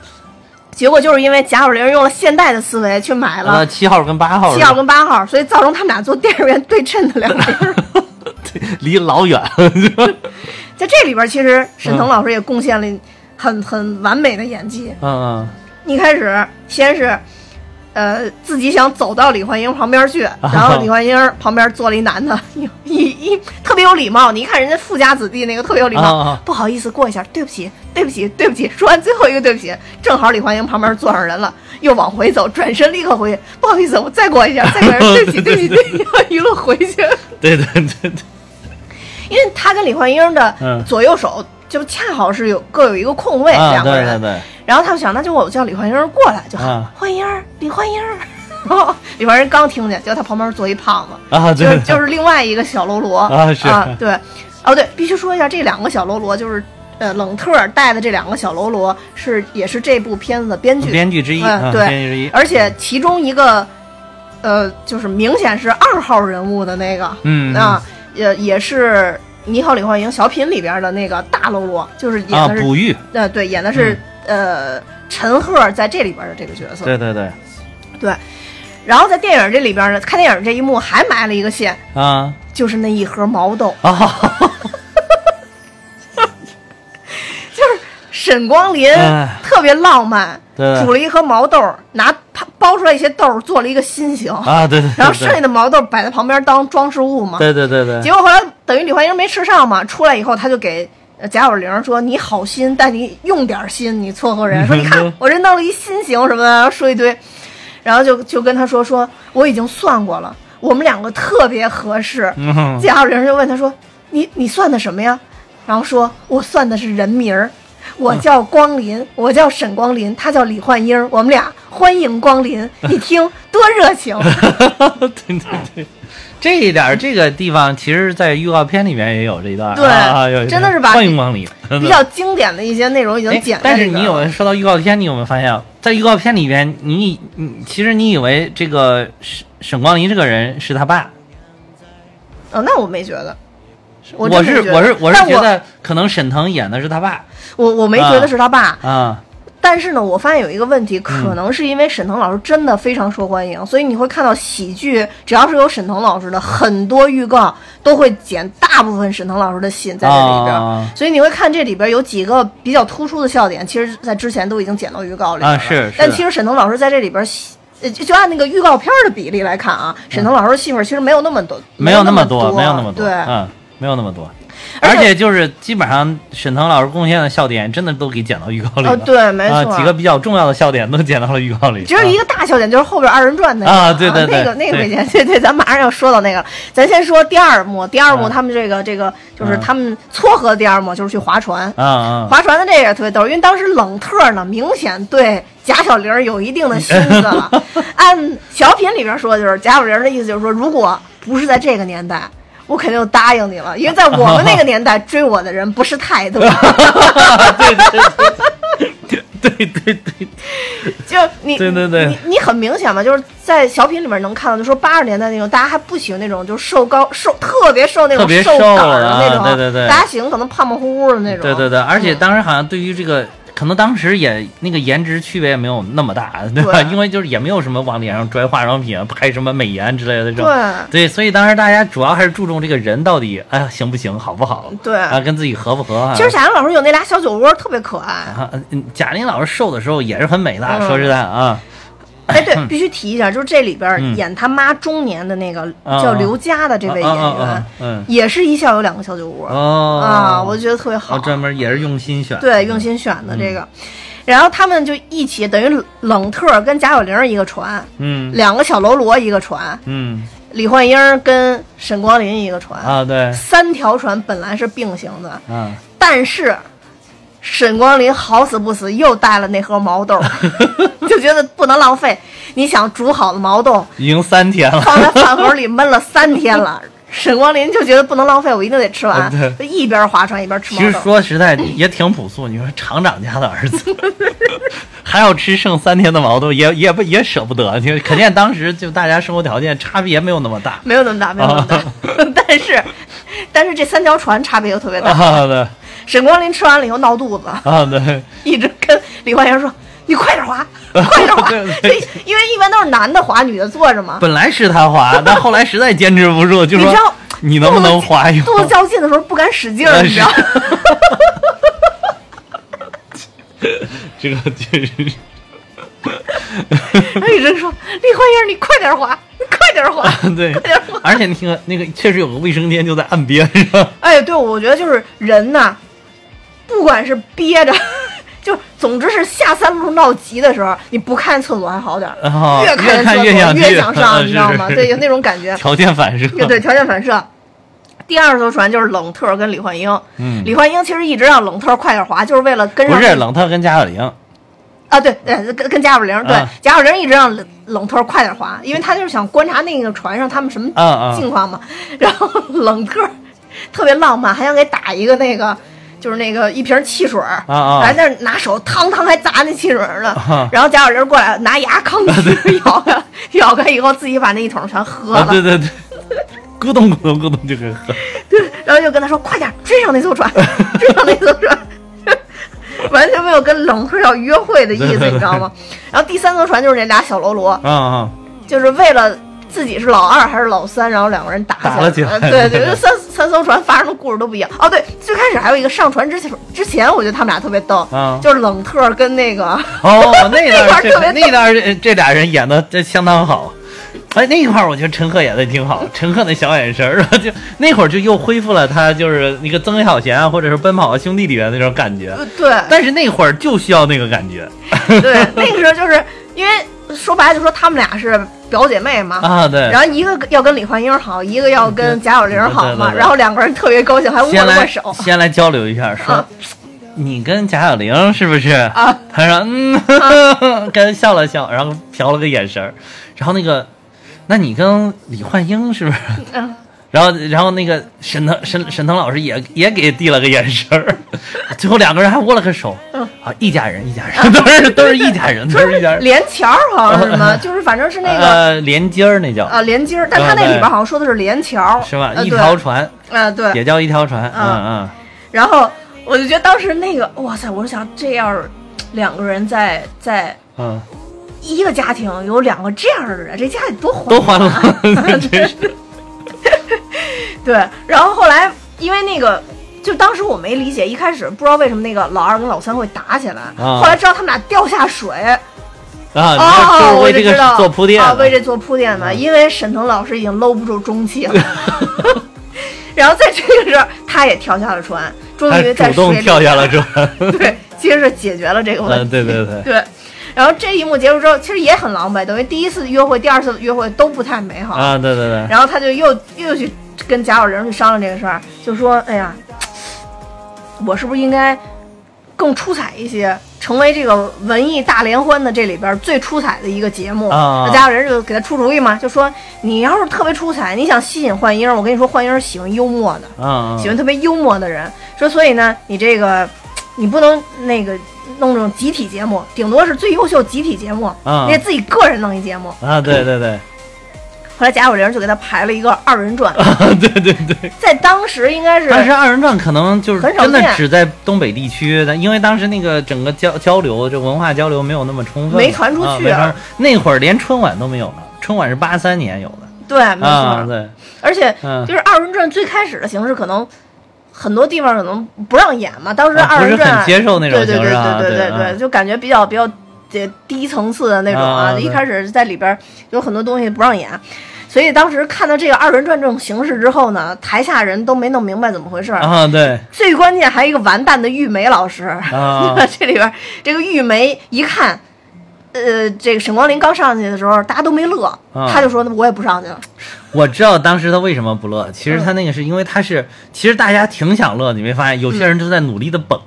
结果就是因为贾小玲用了现代的思维去买
呃，
了
七号跟八号是
七
吧，
号跟八号，所以造成他们俩坐电影院对称的两边儿。
离老远了，是吧
在这里边儿，其实沈腾老师也贡献了很很完美的演技。
嗯
一开始先是。呃，自己想走到李焕英旁边去，然后李焕英旁边坐了一男的，一一一特别有礼貌。你一看人家富家子弟那个特别有礼貌，
啊啊
不好意思过一下，对不起，对不起，对不起。说完最后一个对不起，正好李焕英旁边坐上人了，又往回走，转身立刻回去，不好意思，我再过一下，再过一下，对不起，对不起，对不起， 一路回去。
嗯，对对对对，
因为他跟李焕英的
嗯
左右手就恰好是有各有一个空位，
啊
两个
对
人。
对对，
然后他们想，那就我叫李焕英儿过来就好。
啊
焕英儿，李焕英儿。 然后李焕英儿刚听见，结果他旁边坐一胖子，
啊
就
对
是就是另外一个小喽啰
啊是
对，哦对，必须说一下，这两个小喽啰就是呃冷特儿带的这两个小喽啰是也是这部片子的编 剧，
编剧之一，
嗯
嗯
对
编剧之一，
而且其中一个呃就是明显是二号人物的那个，
嗯
啊也也是。你好，李焕英小品里边的那个大喽啰，就是演
啊，
的是
哺育，
呃，对，演的是、呃陈赫在这里边的这个角色。
对对对，
然后在电影这里边呢，看电影这一幕还埋了一个线，
啊
就是那一盒毛豆，
啊，
就是沈光林
哎
特别浪漫，
对对
煮了一盒毛豆，拿包出来一些豆，做了一个心形，
啊，对对，对
然后剩
对
下的毛豆摆在旁边当装饰物嘛。
对对对对，
结果后来等于李焕英没吃上嘛，出来以后他就给呃贾小玲说：“你好心，但你用点心，你撮合人。”说：“
嗯
你看
对
我这弄了一心形什么的，然后说一堆，然后就就跟他说说我已经算过了，我们两个特别合适。
嗯
贾小玲就问他说：“你你算的什么呀？”然后说：“我算的是人名儿。”我
嗯
叫光临，我叫沈光临，他叫李焕英，我们俩欢迎光临。 你听多热情，
对对对，这一点儿这个地方，其实，在预告片里面也有这一段儿，
对
啊、有一
真
段
的是把
欢迎光临，
比较经典的一些内容已经
嗯哎
剪在
但
里
是
边
你
了
有没有说到预告片，你有没有发现，啊在预告片里面，你以你其实你以为这个沈沈光林这个人是他爸，
哦，那我没觉得，我
我
真没
是
觉得
我是我是
但
觉得可能沈腾演的是他爸
我我没觉得是他爸，
啊，
但是呢，我发现有一个问
嗯
题，可能是因为沈腾老师真的非常受欢迎，所以你会看到喜剧只要是有沈腾老师的，很多预告都会剪大部分沈腾老师的戏在这里边。
啊
所以你会看这里边有几个比较突出的笑点，其实在之前都已经剪到预告里边了。
啊是是
但其实沈腾老师在这里边戏，呃就就按那个预告片的比例来看啊，沈腾老师的戏份其实没有那么多，
嗯没有那
么
多，没有那么
对，
嗯没有那么多。
而
而
且
且就是基本上沈腾老师贡献的笑点，真的都给剪到预告里
哦
了。
对没
啊
错
几个比较重要的笑点都剪到了预告里。
只有一个大笑点，就是后边二人转那个
啊对对
那个
对
那个
对
鬼节，对对，咱马上要说到那个了。咱先说第二幕，第二幕
嗯
他们这个这个就是
嗯
他们撮合的第二幕就是去划船，
啊啊，
划船的这个也特别逗，因为当时冷特呢，明显对贾小玲儿有一定的心思 了。按小品里边说，就是贾小玲儿的意思就是说，如果不是在这个年代。我肯定就答应你了，因为在我们那个年代追我的人不是太多，
啊 对对对对对对，
就是你
对对对
你你很明显嘛，就是在小品里面能看到，就说八十年代那种大家还不喜欢那种就是瘦高瘦特别瘦那种
特别
瘦
瘦
杆儿的
啊
那种，
对对对
大家喜欢可能胖胖乎乎的那种，
对对对，而且
嗯
当时好像对于这个。可能当时也那个颜值区别也没有那么大， 对吧？
对
因为就是也没有什么往脸上拽化妆品、啊拍什么美颜之类的这种。
对
对，所以当时大家主要还是注重这个人到底哎呀行不行、好不好，
嗯对
啊，跟自己合不合啊。
其实贾玲老师有那俩小酒窝特别可 爱，
啊，嗯贾玲老师瘦的时候也是很美的，
嗯
说实在啊，
哎，对，必须提一下，就是这里边儿
嗯
演他妈中年的那个
啊
叫刘佳的这位演
啊啊啊
员
啊，嗯
也是一笑有两个小酒窝
哦
啊，我觉得特别好
哦，嗯专门也是用心选，
对，用心选的这个。然后他们就一起，等于冷特儿跟贾小玲儿一个船，
嗯
两个小喽啰一个船，
嗯
李焕英儿跟沈光林一个船，
啊，对，
三条船本来是并行的，
嗯，
但是沈光林好死不死又带了那盒毛 豆儿，就觉得不能浪费。你想煮好的毛 豆，
已经三天了，
放在饭盒里闷了三天了。沈光林就觉得不能浪费，我一定得吃完
啊对，
就一边划船一边吃
其实
毛豆。
说实在也挺朴素，你说厂长家的儿子还要吃剩三天的毛豆，也也不也舍不得，就可见当时就大家生活条件差别没有那么大
没有那么大，没有那么大， 但是，但是这三条船差别又特别大。
啊，对
沈光林吃完了以后闹肚子，
啊对，
一直跟李焕英说：“你快点划，快点划！”
对
就因为一般都是男的划，女的坐着嘛。
本来是他滑，但后来实在坚持不住，就
你
说
知道
你能不能滑一会
肚子
儿？哎
较劲的时候不敢使劲儿，
但
你知道吗？
这个确实是。
他一直说：“李焕英，你快点划，你快点 划。”
啊对
快点划，
而且那个那个确实有个卫生间就在岸边上，
哎，对，我觉得就是人呐，不管是憋着，就总之是下三路闹急的时候，你不看厕所还好点儿，
哦
越
越看
看
越
厕所
想
越
去
想上，
嗯
你
是
知道
是
吗？
是
对，有那种 感觉。
条件反射。
对对，条件反射。第二艘船就是冷特跟李焕英，
嗯
李焕英其实一直让冷特快点划，就是为了跟
不
上
是冷特跟贾小玲，
啊，对对，跟跟贾小玲，对、
啊
贾小玲一直让冷冷特快点划，因为他就是想观察那个船上他们什么
啊啊
境况嘛。然后冷特特别浪漫，还想给打一个那个。就是那个一瓶汽水儿，
啊啊
还在那儿拿手汤汤还砸那汽水儿呢，
啊
然后贾小玲过来拿牙吭哧 咬开，咬开以后自己把那一桶全喝了，
啊对对对， 咕咚咕咚咕咚就给喝。
然后就跟他说：“快点追上那艘船， 追上那艘船。” 完全没有跟冷特要约会的意
对
思，
对
你知道吗？然后第三艘船就是那俩小喽啰，
啊啊，
就是为了自己是老二还是老三，然后两个人打起来
打了起来
呃 对
对
对，就三三艘船发生的故事都不一样。哦，对，最开始还有一个上船之前，之前我觉得他们俩特别逗，
嗯
就是冷特跟那个
哦，那
那块
段
儿
这
特别
那段这这俩人演的这相当好。哎，那一块儿我觉得陈赫演的挺好，陈赫那小眼神儿，啊就那会儿就又恢复了他就是那个曾小贤啊，或者是《奔跑吧兄弟》里面那种感觉。
呃对
但是那会儿就需要那个感觉
对，那个时候就是因为说白了就说他们俩是表姐妹嘛，
啊，对
然。后一个要跟李焕英好，一个要跟贾小玲好
嗯对对
嘛，
对对
然后两个人特别高兴，还握
先
了握
来
手。
先来交流一下，说、
啊
你跟贾小玲是不是？
啊
他说嗯， 跟笑了笑，然后瞟了个眼神儿，然后那个，那你跟李焕英是不是？
嗯
然后，然后那个沈腾沈沈腾老师也也给递了个眼神 儿，最后两个人还握了个手，
嗯
啊，一家人，一家人， 都是都是一家 人，都是一家人，
连桥儿好像是什么，就是反正是那个
呃连接儿那叫、
啊连襟儿，但他那里边好像说的是连桥儿，
是吧？
呃
一
对
条船
啊对，
也叫一条船，嗯
啊然后我就觉得当时那个，哇塞！我就想，这要是两个人在在
嗯嗯，
一个家庭有两个这样的人，这家里多欢乐
都
啊
欢乐， 真是。
对。然后后来因为那个，就当时我没理解，一开始不知道为什么那个老二跟老三会打起来，
啊
后来知道他们俩掉下水，
啊，你看
哦，
就是
我
为
就
这
知道
个做铺垫
啊，
的，嗯
为这做铺垫嘛，因为沈腾老师已经搂不住中气了。 然后在这个时候，他也跳下了船，终
他
于在
主动
水里
跳下了船，
对， 其实是解决了这个问
嗯，
题。
对对对，
对然后这一幕结束之后，其实也很狼狈，等于第一次约会、第二次约会都不太美好。
啊，对对对，
然后他就又又去跟贾小玲去商量这个事儿，就说：“哎呀，我是不是应该更出彩一些，成为这个文艺大联欢的这里边最出彩的一个节目？”
啊
那贾小玲就给他出主意嘛，就说：“你要是特别出彩，你想吸引幻英，我跟你说，幻英是喜欢幽默的。”
嗯，
喜欢特别幽默的人，说所以呢，你这个你不能那个弄这种集体节目，顶多是最优秀集体节目，
嗯
你得自己个人弄一节目。
啊，对对
嗯
对，
后来贾小玲就给他排了一个二人转，
啊，对对对，
在当时应该是
但是二人转可能就是
很少
真的
见
只在东北地区，但因为当时那个整个交交流，这文化交流没有那么充分，
没传出去
啊没传那会儿连春晚都没有呢，春晚是八三年有的，
对，没错，
啊，对，
而且
嗯
就是二人转最开始的形式可能。很多地方可能不让演嘛，当时
啊
二
不是
人转、
很接受那种
对对
形
对
式啊
对对
对啊
就感觉比较比较这低层次的那种
啊
啊。
对
一开始在里边有很多东西不让演，所以当时看到这个二人转这种形式之后呢，台下人都没弄明白怎么回事儿。
啊，对，
最关键还有一个完蛋的玉梅老师，
啊
这里边这个玉梅一看，呃，这个沈光林刚上去的时候，大家都没乐，
啊
他就说我也不上去了。
我知道当时他为什么不乐，其实他那个是因为他是，其实大家挺想乐，你没发现有些人都在努力的绷，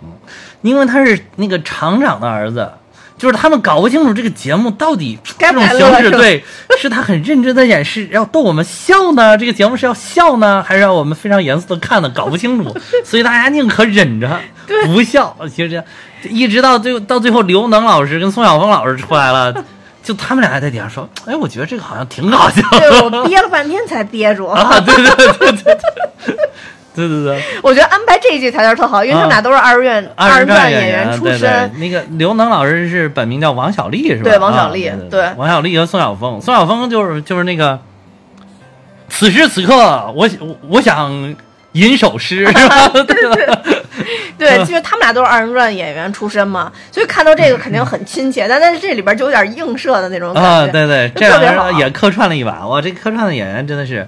因为他是那个厂长的儿子。就是他们搞不清楚这个节目到底
该
这
不
种
该乐
形式，
是吧
对，是他很认真的演示，要逗我们笑呢，这个节目是要笑呢，还是要我们非常严肃的看呢？搞不清 楚，所以大家宁可忍着不笑。其实这样，一直到最后到最后，刘能老师跟宋晓峰老师出来了，就他们俩还在底下说，哎，我觉得这个好像挺搞笑的。
对，我憋了半天才憋住。
啊，对对对对对 对对对，
我觉得安排这一句台词儿特好，因为他们俩都是二人转、
啊二
人
人转
演
员
出
对对
身，，
那个刘能老师是本名叫王小利是吧？
对王小利
啊对
对
王小利和宋晓峰，宋晓峰就是就是那个，此时此刻我我我想吟首诗是 吧？
对，
嗯
就是他们俩都是二人转演员出身嘛，所以看到这个肯定很亲切，但但是这里边就有点映射的那种感觉。
啊，对对，
就
这
特
两个
别好
人也客串了一把，哇，这客串的演员真的是。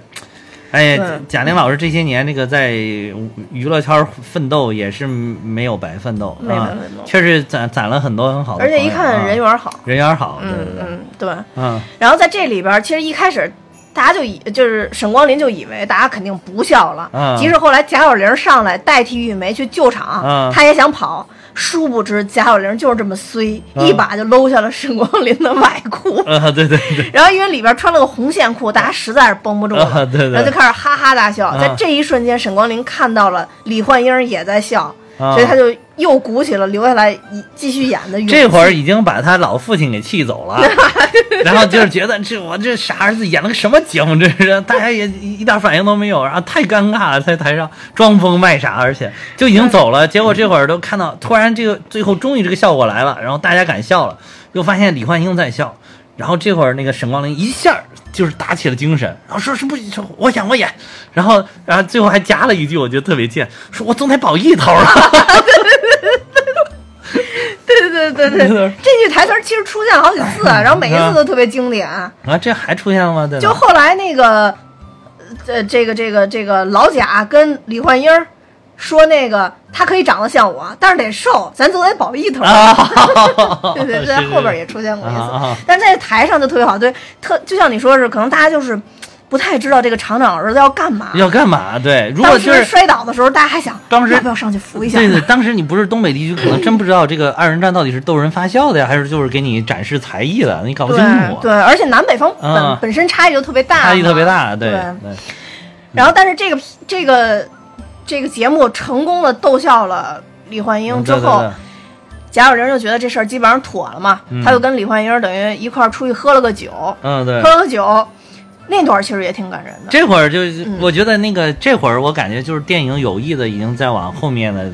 哎呀
对，
贾玲老师这些年这个在娱乐圈奋斗也是没有白奋斗
没白
啊
奋斗，
确实攒攒了很多很好的
而
朋友啊。
且一看人缘好，
人缘好，对
嗯
对对，
嗯，对。
嗯
然后在这里边，其实一开始。大家就以就是沈光林就以为大家肯定不笑了，
嗯
即使后来贾小玲上来代替玉梅去救场，
嗯
他也想跑，殊不知贾小玲就是这么衰，
嗯
一把就搂下了沈光林的外裤。
啊，对对对，
然后因为里边穿了个红线裤，大家实在是绷不住了，
啊 对对
然后就开始哈哈大笑。
啊
在这一瞬间，沈光林看到了李焕英也在笑，
啊
所以他就又鼓起了留下来一继续演的勇气。
这会儿已经把他老父亲给气走了，然后就是觉得这我这傻儿子演了个什么节目，这是大家也一点反应都没有，然后太尴尬了，在台上装疯卖傻，而且就已经走了，结果这会儿都看到，突然这个最后终于这个效果来了，然后大家敢笑了，又发现李焕英在笑。然后这会儿那个沈光林一下儿就是打起了精神，然后说是不，说我演我演，然后然后最后还加了一句，我觉得特别贱，说我总得保一头啊了。
对对对对对，这句台词儿其实出现了好几次，啊
哎
然后每一次都特别经典。
啊，这还出现了吗？对吧
就后来那个，呃，这个这个这个老贾跟李焕英儿说那个，他可以长得像我，但是得瘦，咱总得保一头。
啊，
对对，
是
对，在
是
后边也出现过一次，
啊啊
但在台上就特别好，对，特就像你说是，可能大家就是不太知道这个厂长儿子要干嘛。
要干嘛？对，如果
当
就
时
是
摔倒的时候，大家还想
当时
要不要上去扶一下？
对对，当时你不是东北地区，可能真不知道这个二人转到底是逗人发笑的呀，还是就是给你展示才艺的，你搞不清
对
楚，
对而且南北方本、
啊
本身差异就特别大嘛，
差异特别大。
对。
对
然后，但是这个这个这个节目成功的逗笑了李焕英之
嗯对
后，
对，
贾小玲就觉得这事儿基本上妥了嘛，
嗯
她就跟李焕英等于一块儿出去喝了个酒，
嗯对
喝。了个酒，那段儿其实也挺感人的。
这会儿就是
嗯，
我觉得那个这会儿，我感觉就是电影有意的已经在往后面的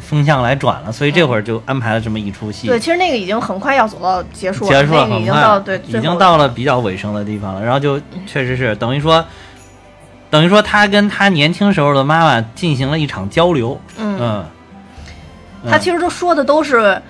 风向来转了，所以这会儿就安排了这么一出戏。
嗯对，其实那个已经很快要走到结束了，
结束了，
那个已
很
经
快
到对，最
已经
后嗯
到了比较尾声的地方了。然后就确实是等于说，等于说他跟他年轻时候的妈妈进行了一场交流。
嗯，
嗯，
他其实都说的都是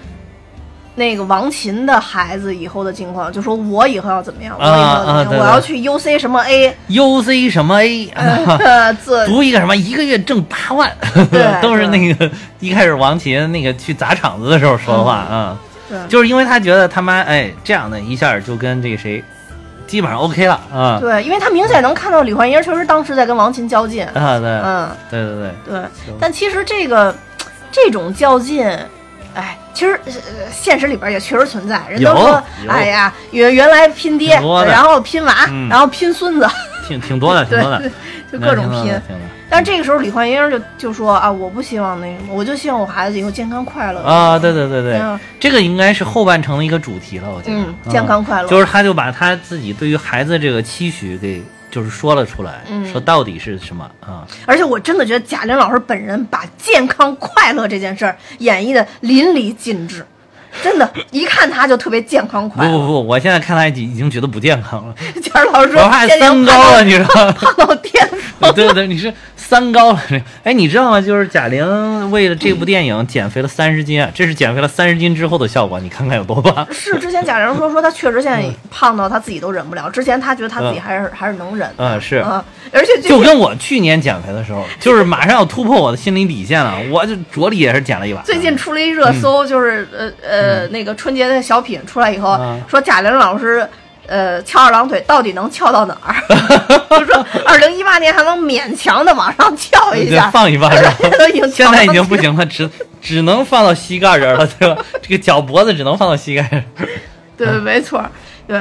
那个王琴的孩子以后的境况，就说我以后要怎么样，我以
啊
后要怎么
啊
样，
对
我
对
要去 UC 什么 A，
UC 什么 A，、啊
呃，这
读一个什么一个月挣八万，
对
都是那个一开始王琴那个去砸场子的时候说的话啊、
嗯对
就是因为他觉得他妈哎这样的一下就跟这个谁基本上 OK 了啊
对，因为他明显能看到李焕英确实当时在跟王琴较劲，
啊对
嗯，
对对对，
对，但其实这个这种较劲，哎，其实、呃、现实里边也确实存在，人都说
有，有
哎呀，原原来拼爹
挺多，的
然后拼娃，
嗯
然后拼孙子，
挺挺多的，挺
对
多的，，
就各种
挺多的挺多
拼。
的
但这个时候，李焕英就就说啊，我不希望那什么，我就希望我孩子以后健康快乐。
啊，对对对对
嗯，
这个应该是后半程的一个主题了，我觉得。啊
嗯健康快乐
就是他就把他自己对于孩子这个期许给就是说了出来，
嗯
说到底是什么啊？
而且我真的觉得贾玲老师本人把健康快乐这件事儿演绎的淋漓尽致，真的，一看她就特别健康
不
快
不
乐。
不，我现在看他已经已经觉得不健康了，
贾玲老师
我
说
怕，
天
三
天
高 了，
胖
你知道吗？
到到巅峰。
对对对，你是三高了。哎，你知道吗？就是贾玲为了这部电影减肥了三十斤，啊，这是减肥了三十斤之后的效果，你看看有多棒。
是之前贾玲说说她确实现
嗯
在胖到她自己都忍不了，之前她觉得她自己还是、还是能忍的，
嗯，是。
啊，而且这
就跟我去年减肥的时候，就是马上要突破我的心理底线了，我就着力也是减了一把。
最近出了一热
嗯
搜，就是呃呃、那个春节的小品出来以后，
嗯
说贾玲老师。呃，翘二郎腿到底能翘到哪儿？ 就说二零一八年还能勉强的往上翘一
嗯就
下，
放一放是吧
都已经翘
现在已经不
上去
行了，只只能放到膝盖这儿了，对 吧？这个脚脖子只能放到膝盖这儿。
对，
嗯
没错儿，对，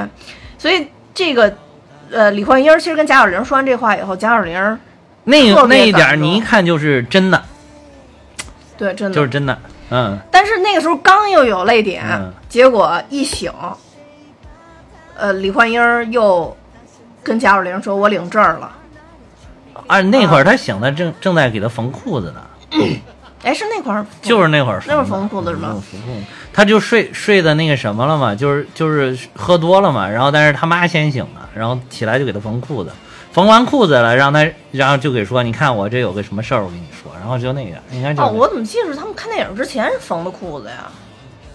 所以这个呃，李焕英其实跟贾小玲说完这话以后，贾小玲
那
特别
那一点
感
儿
动
你一看就是真的，
对真的
就是真的。嗯，
但是那个时候刚又有泪点，
嗯
结果一醒，呃，李焕英儿又跟贾小玲说：“我领证儿了。
啊，那会儿他醒了，正正在给他缝裤子呢，”
哎，是那块儿，
就是那会儿
那会儿
缝
缝
的
裤子是吗
嗯缝裤子，他就睡睡的那个什么了嘛，就是就是喝多了嘛，然后但是他妈先醒了，然后起来就给他缝裤子，缝完裤子了，让他然后就给说，你看我这有个什么事儿，我跟你说，然后就那个应该就
哦，
是那
我怎么记着他们看电影之前是缝的裤子呀？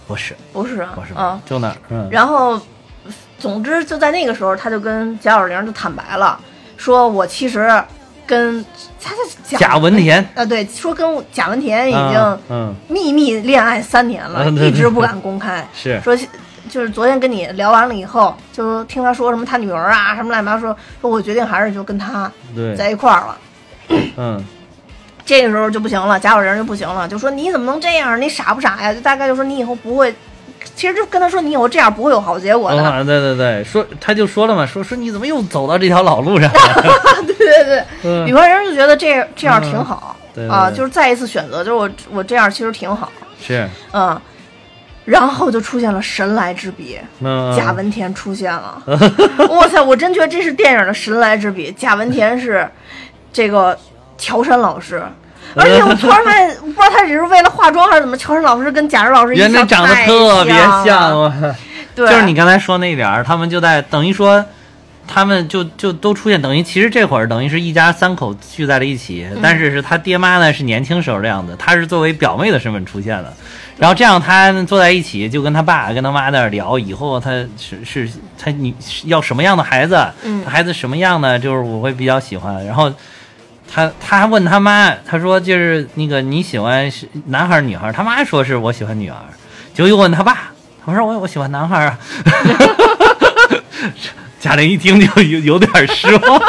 不是
不是啊，
不是
啊。
就那儿嗯。
然后，总之就在那个时候，他就跟贾小玲就坦白了，说我其实跟他是
贾文田
啊，对，说跟贾文 田已经
啊嗯
秘密恋爱三年了，
嗯对
一直
对
不敢公开。
是
说，就是昨天跟你聊完了以后，就听他说什么他女儿啊什么乱七八糟，说说我决定还是就跟他在
对，
一块儿了。
嗯，
这个时候就不行了，贾小玲就不行了，就说你怎么能这样？你傻不傻呀？就大概就说你以后不会，其实就跟他说你以后这样不会有好结果的。
啊，对对对，说他就说了嘛，说说你怎么又走到这条老路上 了？
对对对，
嗯
李焕英就觉得这这样挺好、
嗯对
啊，
对对
就是再一次选择，就是我我这样其实挺好，
是，
嗯。然后就出现了神来之笔，
嗯，
贾文田出现了，哇塞！我真觉得这是电影的神来之笔。贾文田是这个乔杉老师，而且我突然发现，我不知道他只是为了化妆还是怎么，乔杉老师跟贾玲老师
原来
来
长得特别像，
像了，
我靠
对，
就是你刚才说那点儿，他们就在等于说，他们就就都出现，等于其实这会儿等于是一家三口聚在了一起，
嗯
但是是他爹妈呢是年轻时候的样子，他是作为表妹的身份出现的，然后这样他坐在一起就跟他爸跟他妈在那儿聊，以后他是是他你是要什么样的孩子，
嗯
孩子什么样的，就是我会比较喜欢，然后。他他还问他妈，他说就是那个你喜欢是男孩儿女孩儿？他妈说是我喜欢女孩儿，结果又问他爸，他说我我喜欢男孩儿啊。贾玲一听就有有点失望。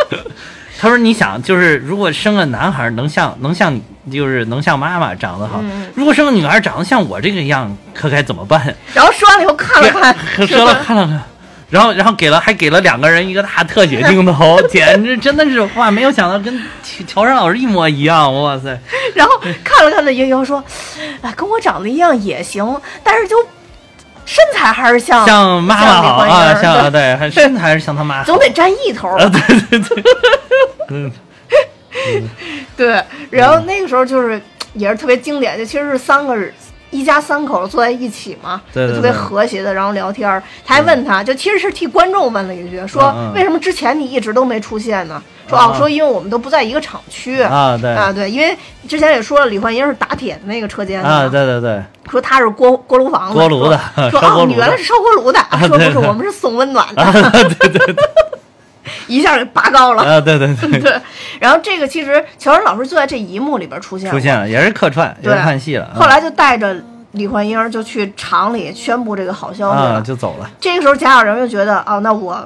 他说：“你想，就是如果生个男孩儿能像能像你，就是能像妈妈长得好；如果生个女孩儿长得像我这个样，可该怎么办
然后说完了以后看了看？”，
可 说了看了看，然后然后给了还给了两个人一个大特写镜 头，简直真的是哇！没有想到跟乔乔杉老师一模一样，哇塞！
然后看了看那莹莹说：“哎，跟我长得一样也行，但是就身材还是像
像妈妈好
像李焕英
啊，
儿
像对，还身材是像他妈好
总得占一头儿吧。
啊，对对对，嗯，
对，然后那个时候就是也是特别经典，就其实是三个人一家三口坐在一起嘛，
对对
就特别
对
和谐的，然后聊天儿。他还问他，就其实是替观众问了一句，说
嗯嗯
为什么之前你一直都没出现呢？说
啊
哦，说因为我们都不在一个厂区
啊对
啊， 对，因为之前也说了，李焕英是打铁的那个车间的嘛
啊，对对对，
说他是锅锅炉房的，
锅炉的
说说
烧锅
哦，
炉的啊
你原来是烧锅炉的，说不
对
是，
对
我们是送温暖的，
啊对对对
一下给拔高了。
啊对对对，
对，然后这个其实乔恩老师就在这一幕里边出现了
出现了，也是客串，也
对啊
是看戏了。啊嗯
后来就带着李焕英就去厂里宣布这个好消息了。
啊就走了，
这个时候贾小玲就觉得，哦，那我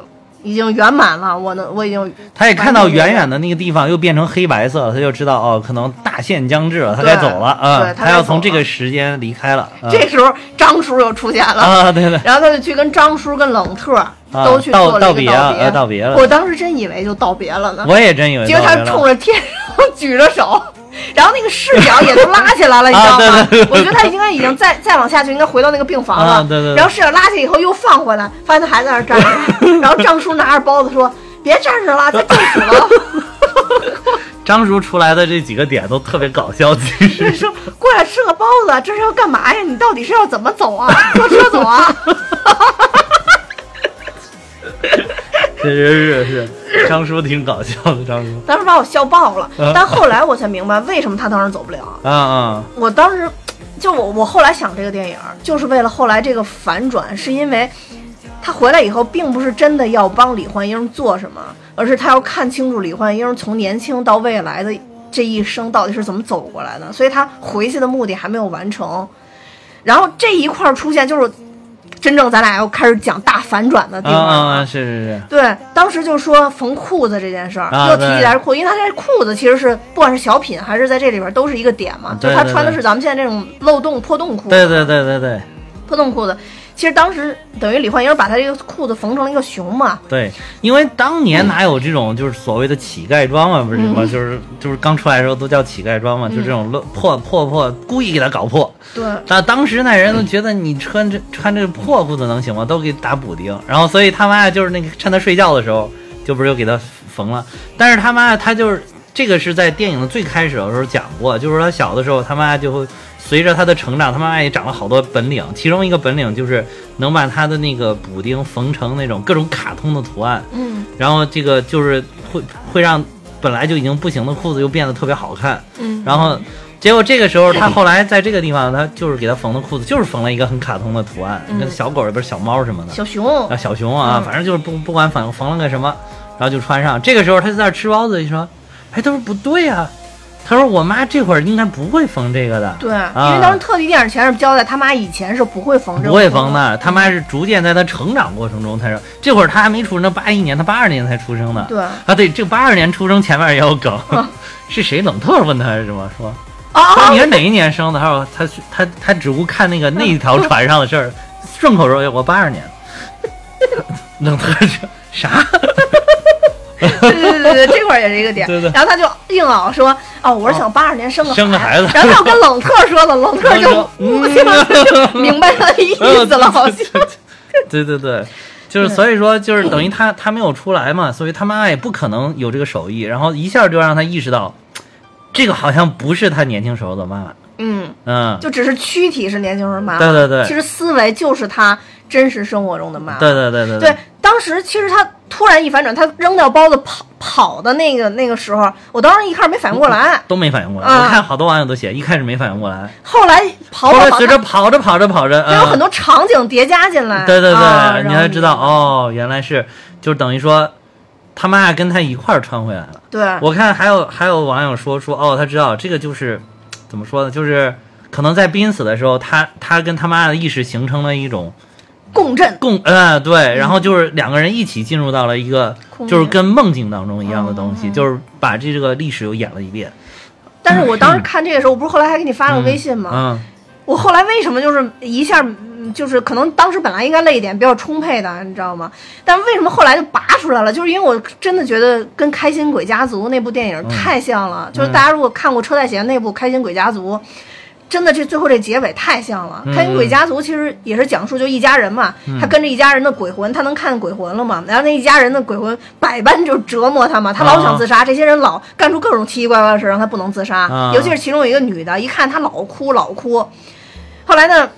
已经圆满了，我能，我已经
他也看到远远
的。
的那个地方又变成黑白色了，他就知道哦，可能大限将至了，他
对
该走了啊，
对他
他
该
要
走了
从这个时间离开了。啊
这时候张叔又出现 了。
啊，对对
然后他就去跟张叔、跟冷特儿都去做了一个
道道
别，
别啊呃道别了
我当时真以为就道别了呢，
我也真以为
结果
道
他
别了
冲着天上举着手， 然后那个视角也都拉起 来了，你知
啊
道吗？
对对对
我觉得他应该已经再再往下就应该回到那个病房了。
啊对对对
然后视角拉起以后又放回来， 发现他还在那儿站 着。然后张叔拿着包子说：“别站着了，他中暑了。
张叔出来的这几个点都特别搞笑，其”
就
实
说：“过来吃个包子，这是要干嘛呀？你到底是要怎么走啊？坐车走 啊？”
确实 是是张叔挺搞笑的，张叔
当时把我笑爆了
啊。
但后来我才明白为什么他当时走不了。
啊啊
我当时就我我后来想这个电影儿，就是为了后来这个反转，是因为他回来以后，并不是真的要帮李焕英做什么，而是他要看清楚李焕英从年轻到未来的这一生到底是怎么走过来的，所以他回去的目的还没有完成。然后这一块儿出现，就是真正咱俩要开始讲大反转的地
啊
方了。
啊！是是是，
对，当时就说缝裤子这件事儿，
啊
又提
对
起来是裤子，因为他这裤子其实是不管是小品还是在这里边都是一个点嘛，
对
就他
对
穿的
对
是咱们现在这种漏洞破洞裤，
对对对对对
破洞裤子。其实当时等于李焕英把他这个裤子缝成了一个熊嘛，
对，因为当年哪有这种就是所谓的乞丐装啊，不是什
嗯
么，就是就是刚出来的时候都叫乞丐装嘛，就这种漏破破破，故意给他搞破。
对，
那当时那人都觉得你穿这穿这破裤子能行吗？都给打补丁，然后所以他妈就是那个趁他睡觉的时候，就不是又给他缝了。但是他妈他就是这个是在电影的最开始的时候讲过，就是说他小的时候他妈就会随着他的成长，他妈也长了好多本领，其中一个本领就是能把他的那个补丁缝成那种各种卡通的图案，
嗯
然后这个就是会会让本来就已经不行的裤子又变得特别好看。
嗯，
然后结果这个时候他后来在这个地方，他就是给他缝的裤子，就是缝了一个很卡通的图案，
嗯
那个小狗也不是小猫什么的，
小熊
啊，小熊啊，
嗯
反正就是不不管缝缝了个什么，然后就穿上。这个时候他就在那吃包子，就说：“哎，他说不对啊，他说我妈这会儿应该不会缝这个的，
对，
啊
因为当时特地电影前是交代他妈以前是不会缝这个，
不会缝，的。他妈是逐渐在他成长过程中，他说这会儿他还没出生，八一年，他八二年才出生的。
对，
啊，对，这八二年出生前面也有梗， 是谁冷特问他还是什么说？说
哦，
你是哪一年生的？他说他去他他只顾看那个那一条船上的事儿，顺口说哎我八二年。 冷特说啥？
对对对对，对这块儿也是一个点
对对，
然后他就硬拗说，哦，我是想八二年生个
生个
孩
孩子
然后他又跟冷特说了，冷 特就
嗯
明白他的意思了，好像。
对对对，就是
对
所以说就是等于他他没有出来嘛，所以他妈也不可能有这个手艺，然后一下就让他意识到，这个好像不是他年轻时候的妈妈，
嗯，
嗯，
就只是躯体是年轻人妈妈，
对对对
其实思维就是他真实生活中的妈妈。
对对对对
对，当时其实他突然一反转，他扔掉包子跑跑的那个那个时候，我当时一开始没反应过来，
都没反应过来。
啊
我看好多网友都写，一开始没反应过来，
后来跑
后
跑
来
跑
随，着跑着跑着跑着，
他有
嗯
很多场景叠加进来，
对对对，
啊
你
然后
才知道哦，原来是就等于说他妈跟他一块儿穿回来了。
对，
我看还有还有网友说说哦，他知道这个就是怎么说呢，就是可能在濒死的时候，他他跟他妈的意识形成了一种
共振，
共呃对，然后就是两个人一起进入到了一个
嗯空间哦
就是跟梦境当中一样的东西，就是把这个历史又演了一遍。
但 是我当时看这个时候，我不是后来还给你发了个微信吗？
嗯，
我后来为什么就是一下，嗯就是可能当时本来应该泪点比较充沛的，你知道吗？但为什么后来就拔出来了？就是因为我真的觉得跟《开心鬼家族》那部电
嗯
影太像了。就是大家如果看过车太贤那部《开心鬼家族》。真的，这最后这结尾太像了。
嗯
开心鬼家族》其实也是讲述就一家人嘛，他跟着一家人的鬼魂，他能看见鬼魂了嘛？然后那一家人的鬼魂百般就是折磨他嘛，他老
啊
想自杀，这些人老干出各种奇奇怪怪的事，让他不能自杀。
啊
尤其是其中有一个女的，一看她老哭老哭，后来呢，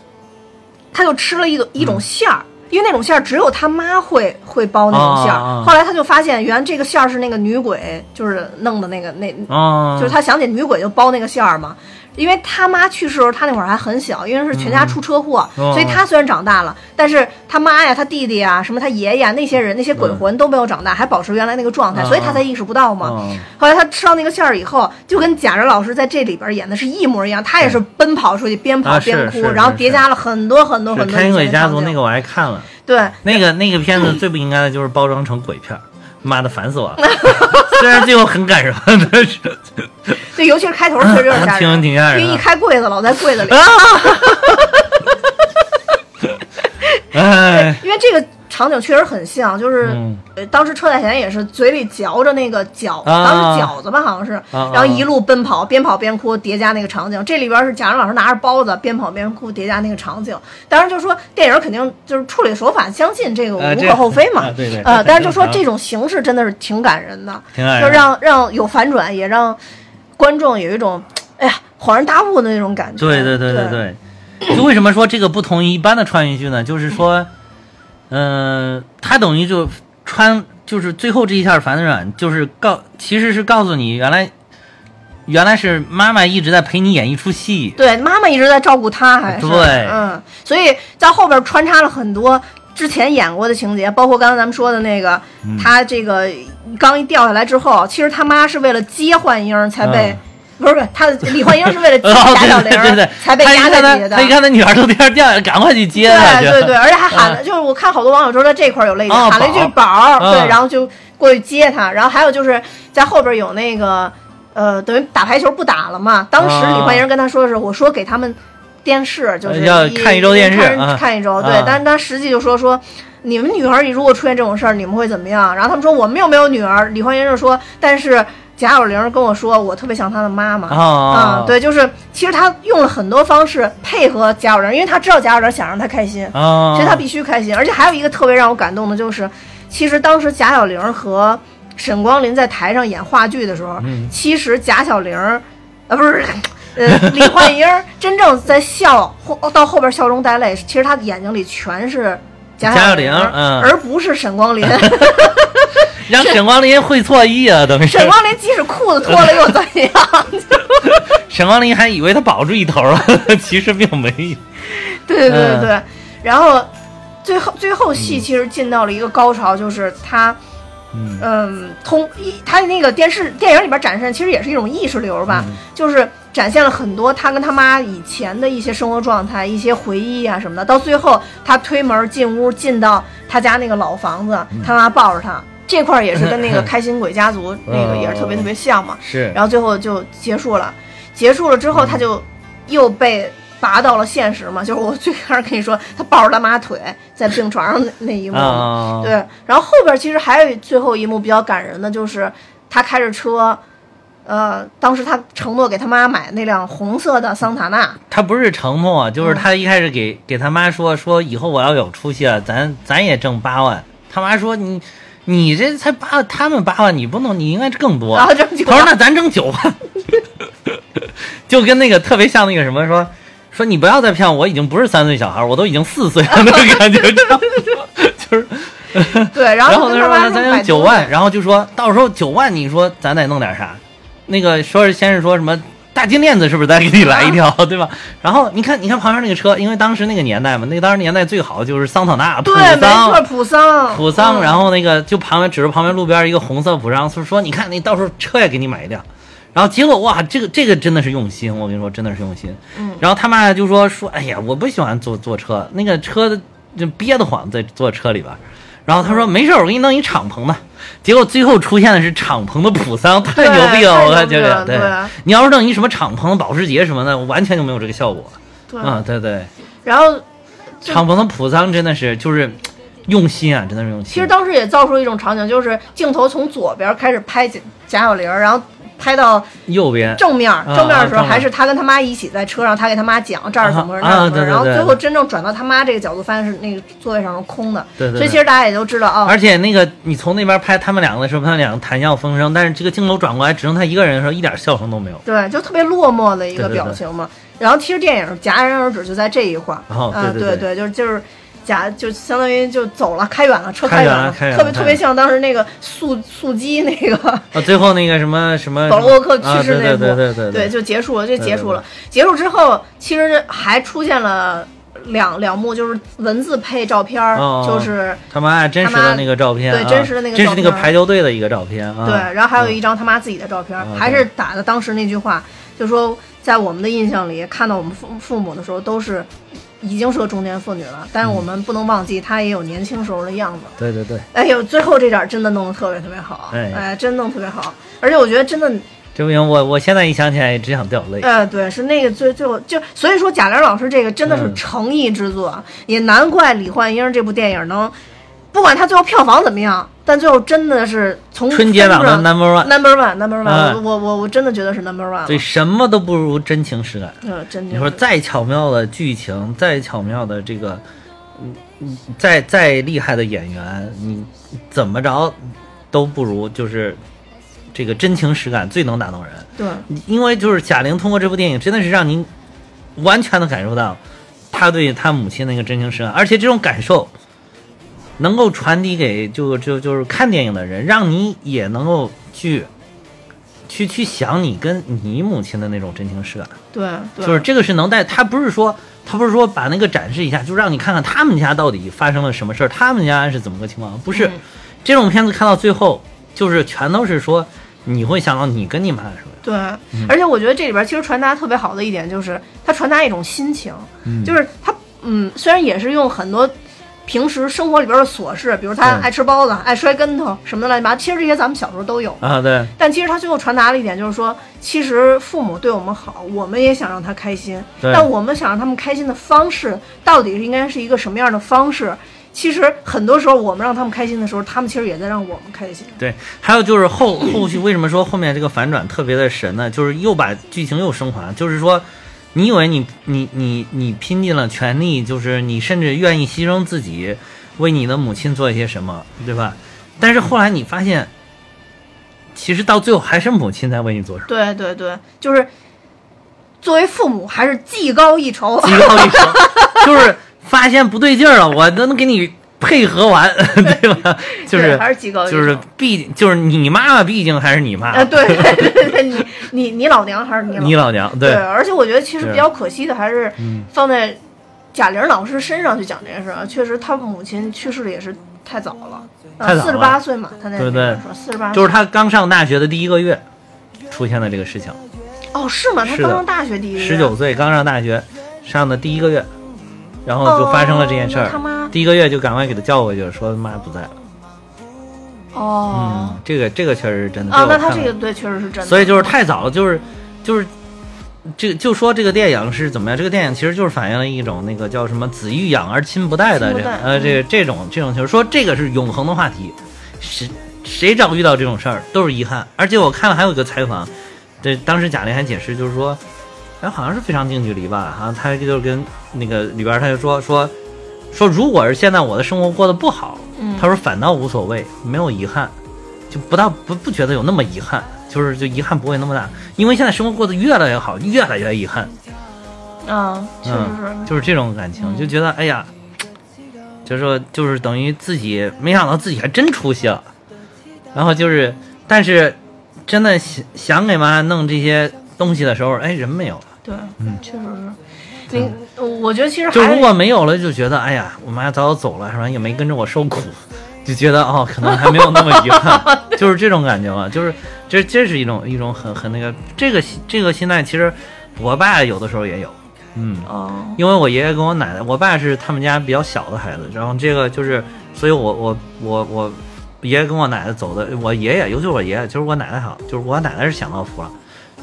他就吃了一种
嗯
一种馅儿。因为那种馅儿只有他妈会会包那种馅儿，
啊啊啊
后来他就发现，原来这个馅儿是那个女鬼就是弄的那个那
啊，
就是他想起女鬼就包那个馅儿嘛。因为他妈去世的时候，他那会儿还很小，因为是全家出车祸，
哦
所以他虽然长大了，但是他妈呀、他弟弟呀、什么他爷爷、啊、那些人、那些鬼魂都没有长大，还保持原来那个状态，
嗯
所以他才意识不到嘛。
嗯
后来他吃到那个馅儿以后，就跟贾哲老师在这里边演的是一模一样，他也是奔跑出去，边跑
啊是
边哭，
是是
然后叠加了很多很多
是
很
《
多
开心
以前
鬼
的
家
场
族》那
景
个我还看了，
对。
那个那个片子最不应该的就是包装成鬼片儿， 妈的烦死我了。 虽然最后很感人，但是
对，尤其是开头确 实有点吓人，
挺挺吓人的啊
因为一开柜子老在柜子里，
哎，
因为这个场景确实很像，就是、
嗯
呃当时车载贤也是嘴里嚼着那个饺，
啊
当时饺子吧好像是，
啊
然后一路奔跑，边跑边哭，叠加那个场景。这里边是贾樟老师拿着包子边跑边哭，叠加那个场景。当然就说电影肯定就是处理手法，相信这个
呃
无
这
可厚非嘛，
啊对对
呃，
这
但是就
正
说
常
这种形式真的是挺感人的，
挺感人
就
的
让让有反转，也让观众有一种哎呀恍然大悟的那种感觉。
对对对
对
对。对，就为什么说这个不同于一般的穿越剧呢？就是说，嗯，它等于就穿，就是最后这一下反转，就是告，其实是告诉你原来。原来是妈妈一直在陪你演一出 戏，
对，妈妈一直在照顾他，还是
对
嗯，所以在后边穿插了很多之前演过的情节，包括刚才咱们说的那个，
嗯
他这个刚一掉下来之后，其实他妈是为了接幻英儿才被，不是不是，他李焕英是为了接
嗯 哦，
贾小
对
玲
对对
儿
对，
才被
他一
压
看
在
他
底下的
他一。看他女儿都掉掉下来，赶快去接她去。
对对对，而且还喊了，
嗯
就是我看好多网友说他这块儿有泪点，
哦
喊了一句“宝儿”，
嗯
对，然后就过去接他。然后还有就是在后边有那个，呃，等于打排球不打了嘛。当时
啊呃
李焕英跟他说的是，我说给他们电视，就是
要
一
看一周电视
看
啊
看一周。对
啊，
但是他实际就说说。你们女儿，你如果出现这种事儿，你们会怎么样？然后他们说我们又没有女儿。李焕英就说，但是贾小玲跟我说，我特别像她的妈妈。
啊
嗯，对，就是其实他用了很多方式配合贾小玲，因为他知道贾小玲想让他开心，
啊，
所以他必须开心。而且还有一个特别让我感动的就是，其实当时贾小玲和沈光林在台上演话剧的时候，
嗯
其实贾小玲，呃，不是。呃，李焕英真正在笑，后到后边笑中带泪，其实她眼睛里全是贾
贾小
玲，
玲嗯
而不是沈光林。
让沈光林会错意啊，等于是
沈光林即使裤子脱了又怎样？
沈光林还以为他保住一头了， 其实并没有。
对对对
嗯
对，然后最后最后戏其实进到了一个高潮，就是他
嗯
嗯通一他那个电视电影里边展现，其实也是一种意识流吧，
嗯
就是展现了很多他跟他妈以前的一些生活状态、一些回忆啊什么的。到最后他推门进屋，进到他家那个老房子，他妈抱着他。这块儿也是跟那个开心鬼家族那个也是特别特别像嘛，
是
然后最后就结束了。结束了之
嗯
后，他就又被拔到了现实嘛，就是我最开始跟你说，他抱着他妈腿在病床上那那一幕嘛。
啊，
对，然后后边其实还有最后一幕比较感人的，就是他开着车，呃，当时他承诺给他妈买那辆红色的桑塔纳，
他不是承诺啊，就是
嗯
他一开始给给他妈说说以后我要有出息了，咱咱也挣八万。他妈说你你这才八，他们八万，你不能，你应该挣多。
然后挣九
他说那
万。
咱挣九万， 就跟那个特别像那个什么说说你不要再骗我，我已经不是三岁小孩，我都已经四岁了那个感觉，知道吗就是。
对，然
然
后
后
他
他
跟他
说
妈
咱
说买
有九万，然后就说到时候九万，你说咱得弄点啥？那个说是先是说什么大金链子是不是再给你来一条，
啊
对吧？然后你看你看旁边那个车，因为当时那个年代嘛，那个当时年代最好就是桑塔纳、普
对，没错，
桑。
普桑，
普桑，
嗯
然后那个就旁边指着旁边路边一个红色普桑，说说你看，那到时候车也给你买一辆。然后结果哇，这个这个真的是用心，我跟你说真的是用心。
嗯
然后他妈就说说，哎呀，我不喜欢坐坐车，那个车的就憋得慌，在坐车里边儿。然后他说没事儿，我给你弄一敞篷的。结果最后出现的是敞篷的普桑，太
对
牛逼了，
太
我
牛
感
逼
觉
了
对
对，
你要是弄一什么敞篷的保时捷什么的，完全就没有这个效果。
对，
啊，对对，
然后就
敞篷的普桑真的是就是用心啊，真的是用心。
其实当时也造出一种场景，就是镜头从左边开始拍贾贾小玲儿，然后拍到
右边
正面儿，
啊
正面儿的时
正
候
面儿
还是他跟他妈一起在车上，他给他妈讲这儿怎么回事，
啊
那儿怎
啊对
么回事，
对
然后
对
最后真正转到他妈这个角度，发现是那个座位上是空的。
对对对
所以其实大家也都知道啊，
而且那个你从那边拍他们两个的时候，他们两个谈笑风生，但是这个镜头转过来只剩他一个人的时候，一点笑声都 没有。
对，就特别落寞的一个
对对对
表情嘛。然后其实电影戛然而止就在这一块儿，
哦
啊，
对
对
对
就是就是。假就相当于就走了，开远了，车
开
远
远了开远了
特
开
别
远了
特别像当时那个速速激那个
啊，最后那个什么什么
保罗沃克去
啊
世那
对
部，
对对对对，
就结束了，这
对
结束了。结束之后，其实还出现了两两幕，就是文字配照片儿，
哦哦
就是
他妈真实的那个照片，
对
啊
真实的那个
这是那
照
个
片
排球队的一个照片啊，
对，然后还有一
嗯
张他妈自己的照片，
嗯
还是打的当时那句话，就说在我们的印象里，看到我们父父母的时候都是已经是个中年妇女了，
嗯
但是我们不能忘记她也有年轻时候的样子。
对对对，
哎呦，最后这点儿真的弄得特别特别好，
哎
哎，真弄得特别好，而且我觉得真的
这不行，我我现在一想起来也只想掉泪。
呃，对，是那个最最后就，所以说贾玲老师这个真的是
嗯
诚意之作，也难怪李焕英这部电影能，不管它最后票房怎么样，但最后真的是从
春节档的
分数上
number one，
number one number one，、
哎
我我我我真的觉得是 number one
对，
了，
什么都不如真情实感。
嗯，真的
你说
是。
再巧妙的剧情，再巧妙的这个，嗯嗯，再再厉害的演员，你怎么着都不如就是这个真情实感最能打动人。
对，
因为就是贾玲通过这部电影，真的是让您完全的感受到她对她母亲那个真情实感，而且这种感受能够传递给就就就是看电影的人，让你也能够去去去想你跟你母亲的那种真情实感，
对，对，
就是这个是能带她不是说她不是说把那个展示一下，就让你看看他们家到底发生了什么事儿，他们家是怎么个情况，不是、
嗯
这种片子看到最后就是全都是说你会想到你跟你妈是什么。
对，
嗯
而且我觉得这里边其实传达特别好的一点就是，它传达一种心情，就是它，嗯，虽然也是用很多平时生活里边的琐事，比如他
对
爱吃包子、爱摔跟头什么的乱七八糟，其实这些咱们小时候都有。
啊，对，
但其实他最后传达了一点，就是说，其实父母对我们好，我们也想让他开心，
对
但我们想让他们开心的方式，到底是应该是一个什么样的方式？其实很多时候，我们让他们开心的时候，他们其实也在让我们开心。
对，还有就是后 后续为什么说后面这个反转特别的神呢？就是又把剧情又升华，就是说，你以为你你你你拼尽了全力，就是你甚至愿意牺牲自己，为你的母亲做一些什么，对吧？但是后来你发现，其实到最后还是母亲在为你做什么，
对对对，就是作为父母，还是技高一筹。
极高一生，就是发现不对劲儿了，我都能给你配合完， 对吧？就
对
是
还是极高一
就是
筹
毕就是你妈妈，毕竟还是你妈
啊，，对对对对，你你你老娘还是你老
你老娘，对。
而且我觉得其实
对嗯
比较可惜的还是放在贾玲老师身上去讲这件事啊，确实她母亲去世的也是太早了，呃
太早了
四十八岁嘛，她那
对
时
对
候四十八，
就是他刚上大学的第一个月出现了这个事情，
哦是吗？她
是的
刚上大学第一年
十九岁刚上大学上的第一个月，然后就发生了这件事
哦那他妈
儿。第一个月就赶快给他叫回去了，说妈不在了。
哦
嗯，这个这个确实是真的。
啊，
我
哦那她
看
这
了
个对确实是真的，
所以就是太早了，就是就是这就说这个电影是怎么样？这个电影其实就是反映了一种那个叫什么“子欲养而亲不待”的
亲
这
不待嗯
呃这这种这种就是说这个是永恒的话题，谁谁找遇到这种事儿都是遗憾。而且我看了还有一个采访，对当时贾玲还解释就是说，哎好像是非常近距离吧，好像她就跟那个里边儿她就说说说如果是现在我的生活过得不好，
嗯
她说反倒无所谓，没有遗憾。就不大不不觉得有那么遗憾，就是就遗憾不会那么大，因为现在生活过得越来越好，越来越遗憾，
啊，确实是
嗯，就是这种感情，就觉得哎呀，就是说就是等于自己没想到自己还真出息了，然后就是但是真的想想给妈弄这些东西的时候，哎人没有了，
对，确实是。你我觉得其实
嗯就
还
如果没有了就觉得哎呀我妈早早走了，然后也没跟着我受苦。 就觉得哦，可能还没有那么遗 憾，就是这种感觉嘛，就是这这是一种一种很很那个这个这个心态，其实我爸有的时候也有，嗯，
哦
因为我爷爷跟我奶奶，我爸是他们家比较小的孩子，然后这个就是，所以我我我我爷爷跟我奶奶走的，我爷爷尤其是我爷爷，就是我奶奶好，就是我奶奶是享乐福了，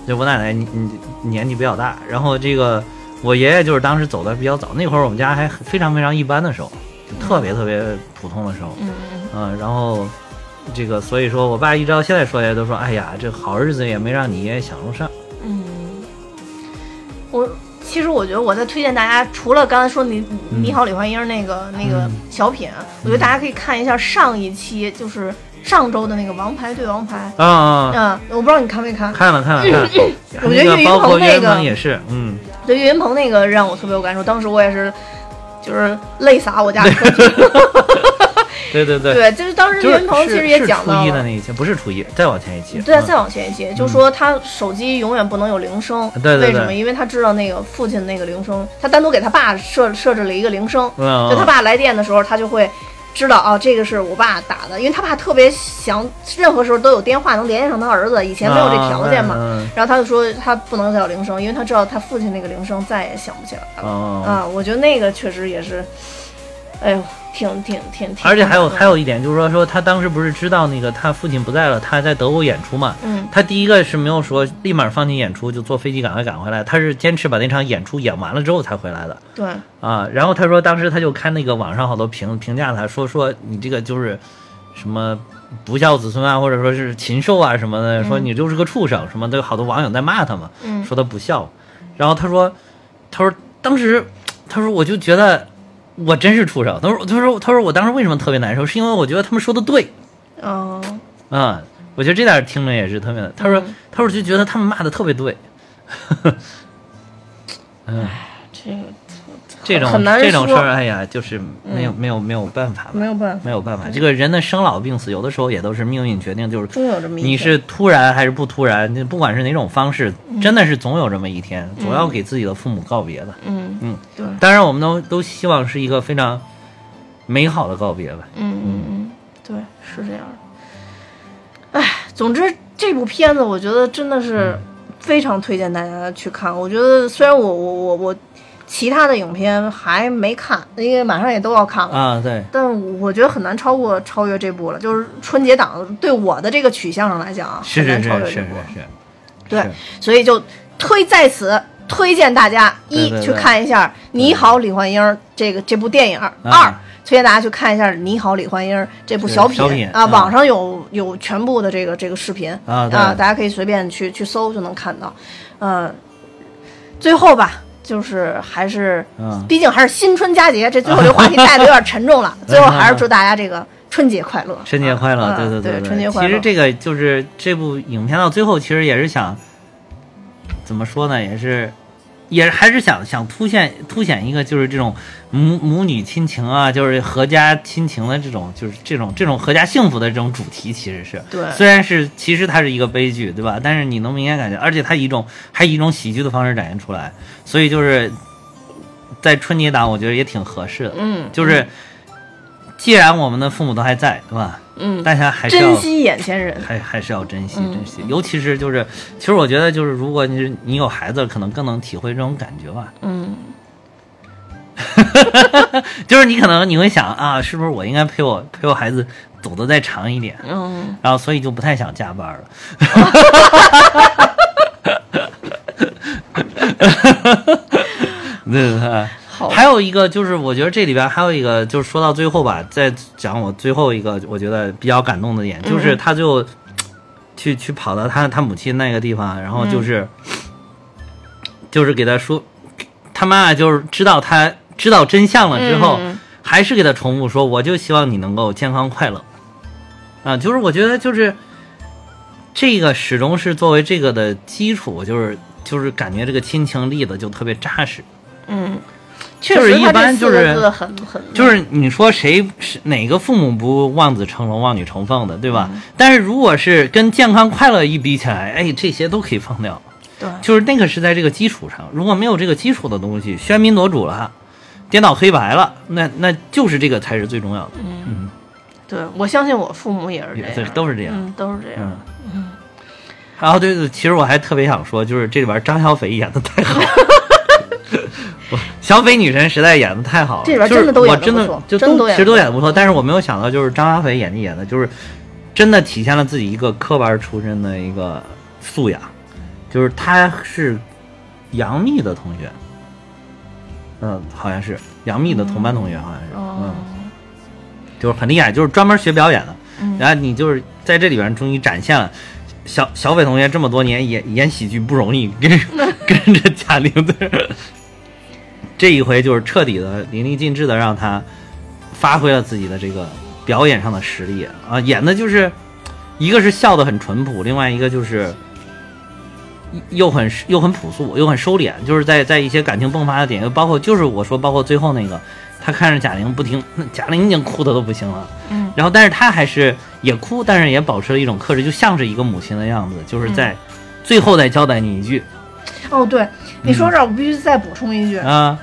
就我奶奶你你年纪比较大，然后这个我爷爷就是当时走的比较早，那会儿我们家还非常非常一般的时候，就特别特别普通的时候，
嗯
嗯、然后这个，所以说我爸一直到现在说来都说，哎呀，这好日子也没让你爷爷享受上。
嗯我其实我觉得我在推荐大家，除了刚才说你
嗯
你好李焕英那个那个小品，啊我觉得大家可以看一下上一期，就是上周的那个《王牌对王牌》。
啊啊，啊
嗯，我不知道你看没看，
看了看了看了，
我觉
那
得岳
个
云
包括
鹏那
岳云
个
鹏也是，嗯，
对岳云鹏那个让我特别有感受，当时我也是，就是泪 洒我家客厅。
对对对，
对，就是当时
就
岳
是
云鹏其实
是
也
是
讲
初
到
一的
了，
那一期，不是初一，再往前一期，
对啊，
嗯
再往前一些，就说他手机永远不能有铃声，
对对对
为什么？因为他知道那个父亲那个铃声，他单独给他爸设设置了一个铃声，
嗯，
就他爸来电的时候，他就会知道哦，这个是我爸打的，因为他爸特别想任何时候都有电话能联系上他儿子，以前没有这
啊
条件嘛。
嘛，
然后他就说他不能再有铃声，因为他知道他父亲那个铃声再也响不起来了。
哦，
啊，我觉得那个确实也是，哎呦，挺挺挺挺。
而且还有还
有，
有一点就是说说他当时不是知道那个他父亲不在了，他在德国演出嘛，
嗯，
他第一个是没有说立马放弃演出就坐飞机赶快赶回来，他是坚持把那场演出演完了之后才回来的
对，
啊。然后他说当时他就看那个网上好多评评价他说说你这个就是什么不孝子孙啊，或者说是禽兽啊什么的，说你就是个畜生什么的，有好多网友在骂他嘛，
嗯
说他不孝。然后他说他说当时他说我就觉得我真是畜生，他说他说他说我当时为什么特别难受，是因为我觉得他们说的对。
嗯、
啊，我觉得这点儿听着也是特别的。他说，他说就觉得他们骂的特别对。嗯，
这个
这种
很难
这种事
说嗯
儿，哎呀，就是没有、没有没有办法吧，
没有办法，
没有办法。这个人的生老病死，有的时候也都是命运决定，就是
终有这么一天。
你是突然还是不突然，就不管是哪种方式，真的是总有这么一天，总要给自己的父母告别的。
嗯
嗯，
对，
当然，我们都都希望是一个非常美好的告别吧。
嗯嗯嗯，对，是这样的。哎，总之这部片子我觉得真的是非常推荐大家去看。我觉得虽然我我我我其他的影片还没看，因为马上也都要看了。
啊，对，
但我觉得很难超过超越这部了，就是春节档对我的这个取向上来讲啊，
是是
很难
是
超
是
越
是
这部。
是，
对
是，
所以就推在此推荐大家
对
一
对对啊
去看一下《你好，李焕英》这个这部电影，二推荐大家去看一下《你好，李焕英》这部
是
小品
小品
啊，
嗯
网上有有全部的这个这个视频
啊对
大家可以随便去去搜就能看到。嗯，最后吧。就是还是
嗯，
毕竟还是新春佳节，这最后这话题带的有点沉 重了。最后还是祝大家这个春节快乐，
春节快乐，
啊
对
对
对
春节快乐。
其实这个就是这部影片到最后，其实也是想怎么说呢，也是也还是想想凸显凸显一个就是这种母母女亲情啊，就是合家亲情的这种就是这种这种合家幸福的这种主题，其实是
对
虽然是其实它是一个悲剧，对吧？但是你能明显感觉，而且它以一种还以一种喜剧的方式展现出来，所以就是在春节档，我觉得也挺合适的。
嗯，
就是既然我们的父母都还在，对吧？
嗯，
大家还是要
珍惜眼前人。
还还是要珍惜
嗯
珍惜，尤其是就是，其实我觉得就是，如果你是你有孩子，可能更能体会这种感觉吧。
嗯，
就是你可能你会想啊，是不是我应该陪我陪我孩子走得再长一点？
嗯，
然后所以就不太想加班 了。 对吧？
好
还有一个就是，我觉得这里边还有一个，就是说到最后吧，再讲我最后一个我觉得比较感动的点，
嗯
就是他最后去去跑到他他母亲那个地方，然后就是、
嗯
就是给他说，他妈妈就是知道他知道真相了之后，
嗯
还是给他重复说，我就希望你能够健康快乐。啊，就是我觉得就是这个始终是作为这个的基础，就是就是感觉这个亲情立的就特别扎实。
嗯，确
就是
实，
一
他这
般
四
就
个
是
字很很
就是你说谁是哪个父母不望子成龙、望女成凤的，对吧？
嗯
但是如果是跟健康快乐一比起来，哎，这些都可以放掉。
对，
就是那个是在这个基础上，如果没有这个基础的东西，喧宾夺主了，颠倒黑白了，那那就是这个才是最重要的。
嗯对我相信我父母也是
也
这
是
样，
都是这样
嗯，都是这样。
嗯。然后对对，其实我还特别想说，就是这里边张小斐演的太 好了，我小斐女神实在演的太好了，
这里边
就是
真的都演
我
得
真
不
的
错
就
真的都
都
演
其实
得
都演得不错，但是我没有想到就是张小斐演技演的，就是真的体现了自己一个科班出身的一个素养，就是她是杨幂的同学，嗯，好
哦
嗯像是杨幂的同班同学，好像是，嗯，就是很厉害，就是专门学表演的。然后你就是在这里边终于展现了。小小北同学这么多年演演喜剧不容易，跟跟着贾玲的，这一回就是彻底的淋漓尽致的让他发挥了自己的这个表演上的实力啊，演的就是一个是笑的很淳朴，另外一个就是又很又很朴素，又很收敛，就是在在一些感情迸发的点，又包括就是我说包括最后那个，他看着贾玲不停，那 贾玲已经哭的都不行了，
嗯，
然后但是他还是也哭，但是也保持了一种克制，就像是一个母亲的样子，
嗯
就是在、最后再交代你一句
哦，对，你说这儿我必须再补充一句，
啊，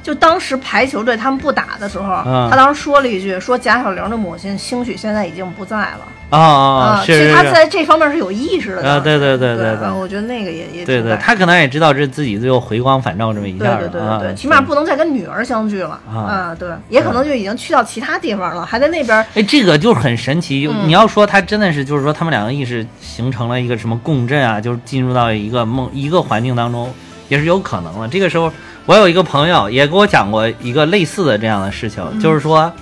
就当时排球队他们不打的时候，
嗯
他当时说了一句，说贾小玲的母亲兴许现在已经不在了
哦
啊
哦，哦
其
是
实
是
他
是，
在这方面是有意识的
啊，对对对
对
对
啊
对。
我觉得那个也也
对
挺
对，
感
他可能也知道这自己最后回光返照这么一
对
下
对对
了
对对，
啊
起码不能再跟女儿相聚了
啊
啊！对，也可能就已经去到其他地方了，还在那边儿。
哎，这个就是很神奇。
嗯
你要说他真的是，就是说他们两个意识形成了一个什么共振啊，就是进入到一个梦一个环境当中，也是有可能的。这个时候，我有一个朋友也给我讲过一个类似的这样的事情，就是说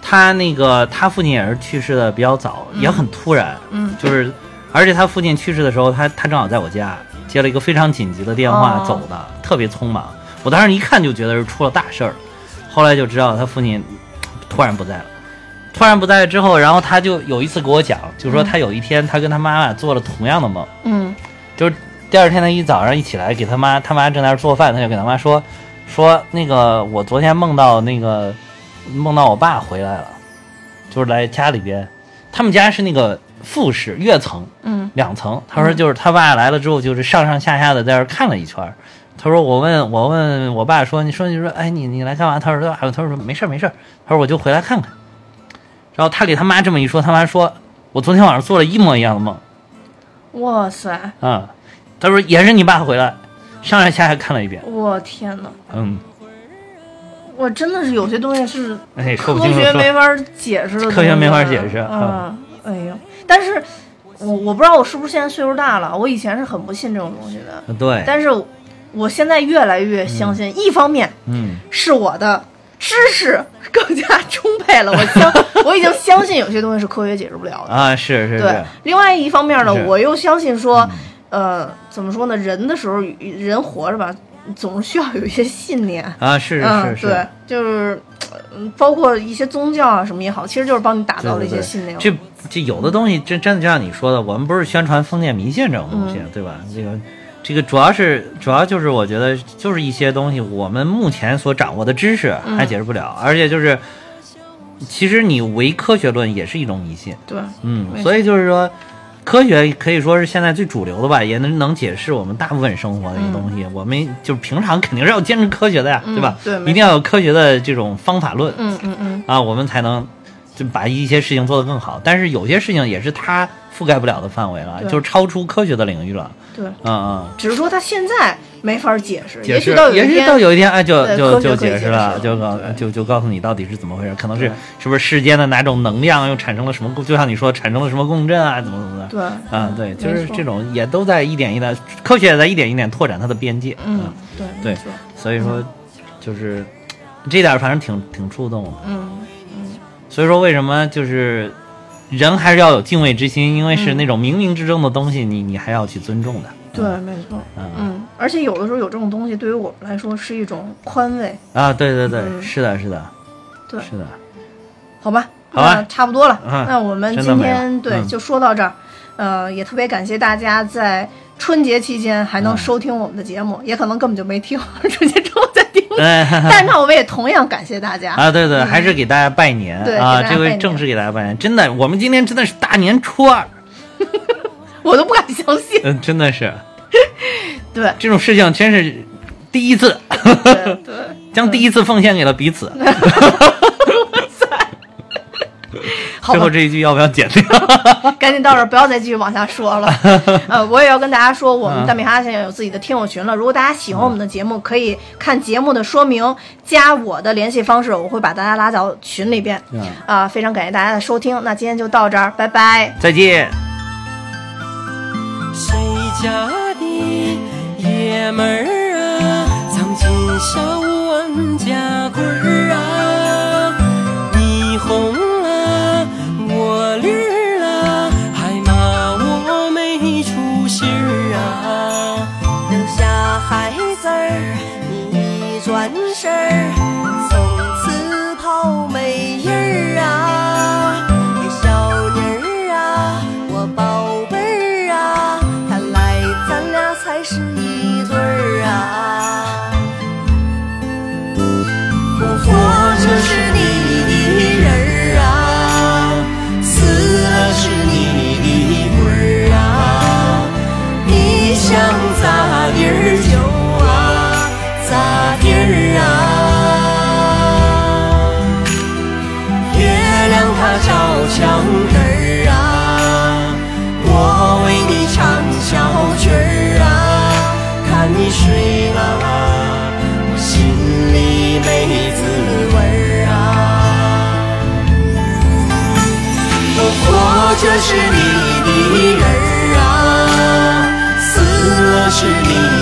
他那个他父亲也是去世的比较早，也很突然，
嗯，
就是而且他父亲去世的时候，他他正好在我家接了一个非常紧急的电话
哦
走的，特别匆忙。我当时一看就觉得是出了大事儿，后来就知道他父亲突然不在了。突然不在之后，然后他就有一次给我讲，就说他有一天他跟他妈妈做了同样的梦，
嗯
就是第二天他一早上一起来给他妈，他妈正在那儿做饭，他就给他妈说说那个我昨天梦到那个梦到我爸回来了，就是来家里边，他们家是那个复式跃层，
嗯
两层。他说就是他爸来了之后，就是上上下下的在这儿看了一圈儿。他说我问我问我爸说你说你说哎你你来干嘛？他说啊他说没事儿没事儿，他说我就回来看看。然后他给他妈这么一说，他妈说我昨天晚上做了一模一样的梦
哇塞，
啊、他说也是你爸回来，上上下下看了一遍，
我天哪！
嗯，
我真的是有些东西是
哎说不
科
清楚
学
说
没法解释的东西，
科学没法解释
嗯，哎呦，但是我我不知道我是不是现在岁数大了，我以前是很不信这种东西的，
对，
但是我现在越来越相信。一方面
嗯
是我的知识更加充沛了，我相 我已经相信有些东西是科学解释不了的。
啊是是
对
是，，
另外一方面呢
是，嗯
我又相信说，呃，怎么说呢？人的时候，人活着吧，总是需要有一些信念。
啊是是
嗯，
是。
对，就是，嗯，包括一些宗教啊什么也好，其实就是帮你打造的一些信念。
这这有的东西真真的就像你说的，我们不是宣传封建迷信这种东西，
嗯
对吧？这个这个主要是主要就是我觉得就是一些东西我们目前所掌握的知识
嗯
还解释不了，而且就是其实你唯科学论也是一种迷信，
对，没
嗯，
错
所以就是说。科学可以说是现在最主流的吧，也能能解释我们大部分生活的一
嗯
些东西。我们就是平常肯定是要坚持科学的呀，对吧？
对没错
一定要有科学的这种方法论。
嗯嗯嗯，
啊，我们才能就把一些事情做得更好。但是有些事情也是它覆盖不了的范围了，
对
就是超出科学的领域了。
对，
嗯嗯，
只是说他现在没法解释，
解
许
释
到有一
也许
天，
到有一天，哎，就
对
就
科学
就
可以
解
解
释
释
了，
了
就告
对
就就告诉你到底是怎么回事，可能是
对
是不是世间的哪种能量又产生了什么共，就像你说产生了什么共振啊，怎么怎么的。
对，
啊，对，就
没
是
错
这种也都在一点一点，科学也在一点一点拓展它的边界。
嗯，对，
啊对
没错，
所以说就是这点儿反正挺挺触动的。
嗯，
所以说，为什么就是人还是要有敬畏之心，因为
嗯
是那种冥冥之中的东西，你你还要去尊重的。
对，没错，
嗯
嗯，而且有的时候有这种东西对于我们来说是一种宽慰，
啊，对对对，
嗯
是的，是的，
对
是的，
好吧，
好吧
那差不多了。
嗯
那我们
真的
今
没
天
了
对、
嗯
就说到这儿，呃，也特别感谢大家在春节期间还能收听我们的节
嗯
目，也可能根本就没听，春节之后再 听。
哎。
但是呢，我们也同样感谢大家。
啊，对对，还是给大家拜年
嗯对
啊！
给大家
这
拜
回
年
正式给大家拜年，真的，我们今天真的是大年初二，
我都不敢相信。
嗯，真的是
对
这种事情，真是第一次，
对对，
将第一次奉献给了彼此。
好
最后
吧，
这一句要不要剪掉？
赶紧到这儿，不要再继续往下说了。呃，我也要跟大家说，我们大米哈现在有自己的听友群了。如果大家喜欢我们的节目，可以看节目的说明，加我的联系方式，我会把大家拉到群里边。
嗯
啊、非常感谢大家的收听，那今天就到这儿，拜拜。
再见。
谁家的爷们儿啊，藏进小碗啊夹棍儿啊，你红了我绿啊孩子儿，你一转身儿，从此跑没影儿啊！哎，小妮儿啊，我宝贝儿啊，看来咱俩才是一对儿啊！活着是你的人儿啊，死了是你的魂儿啊，你想咋地儿就啊咋地儿啊。月亮它照墙根儿啊，我为你唱小曲儿啊，看你睡了啊，我心里没滋味儿啊。我活着是你的人儿啊，死了是你啊啊啊啊啊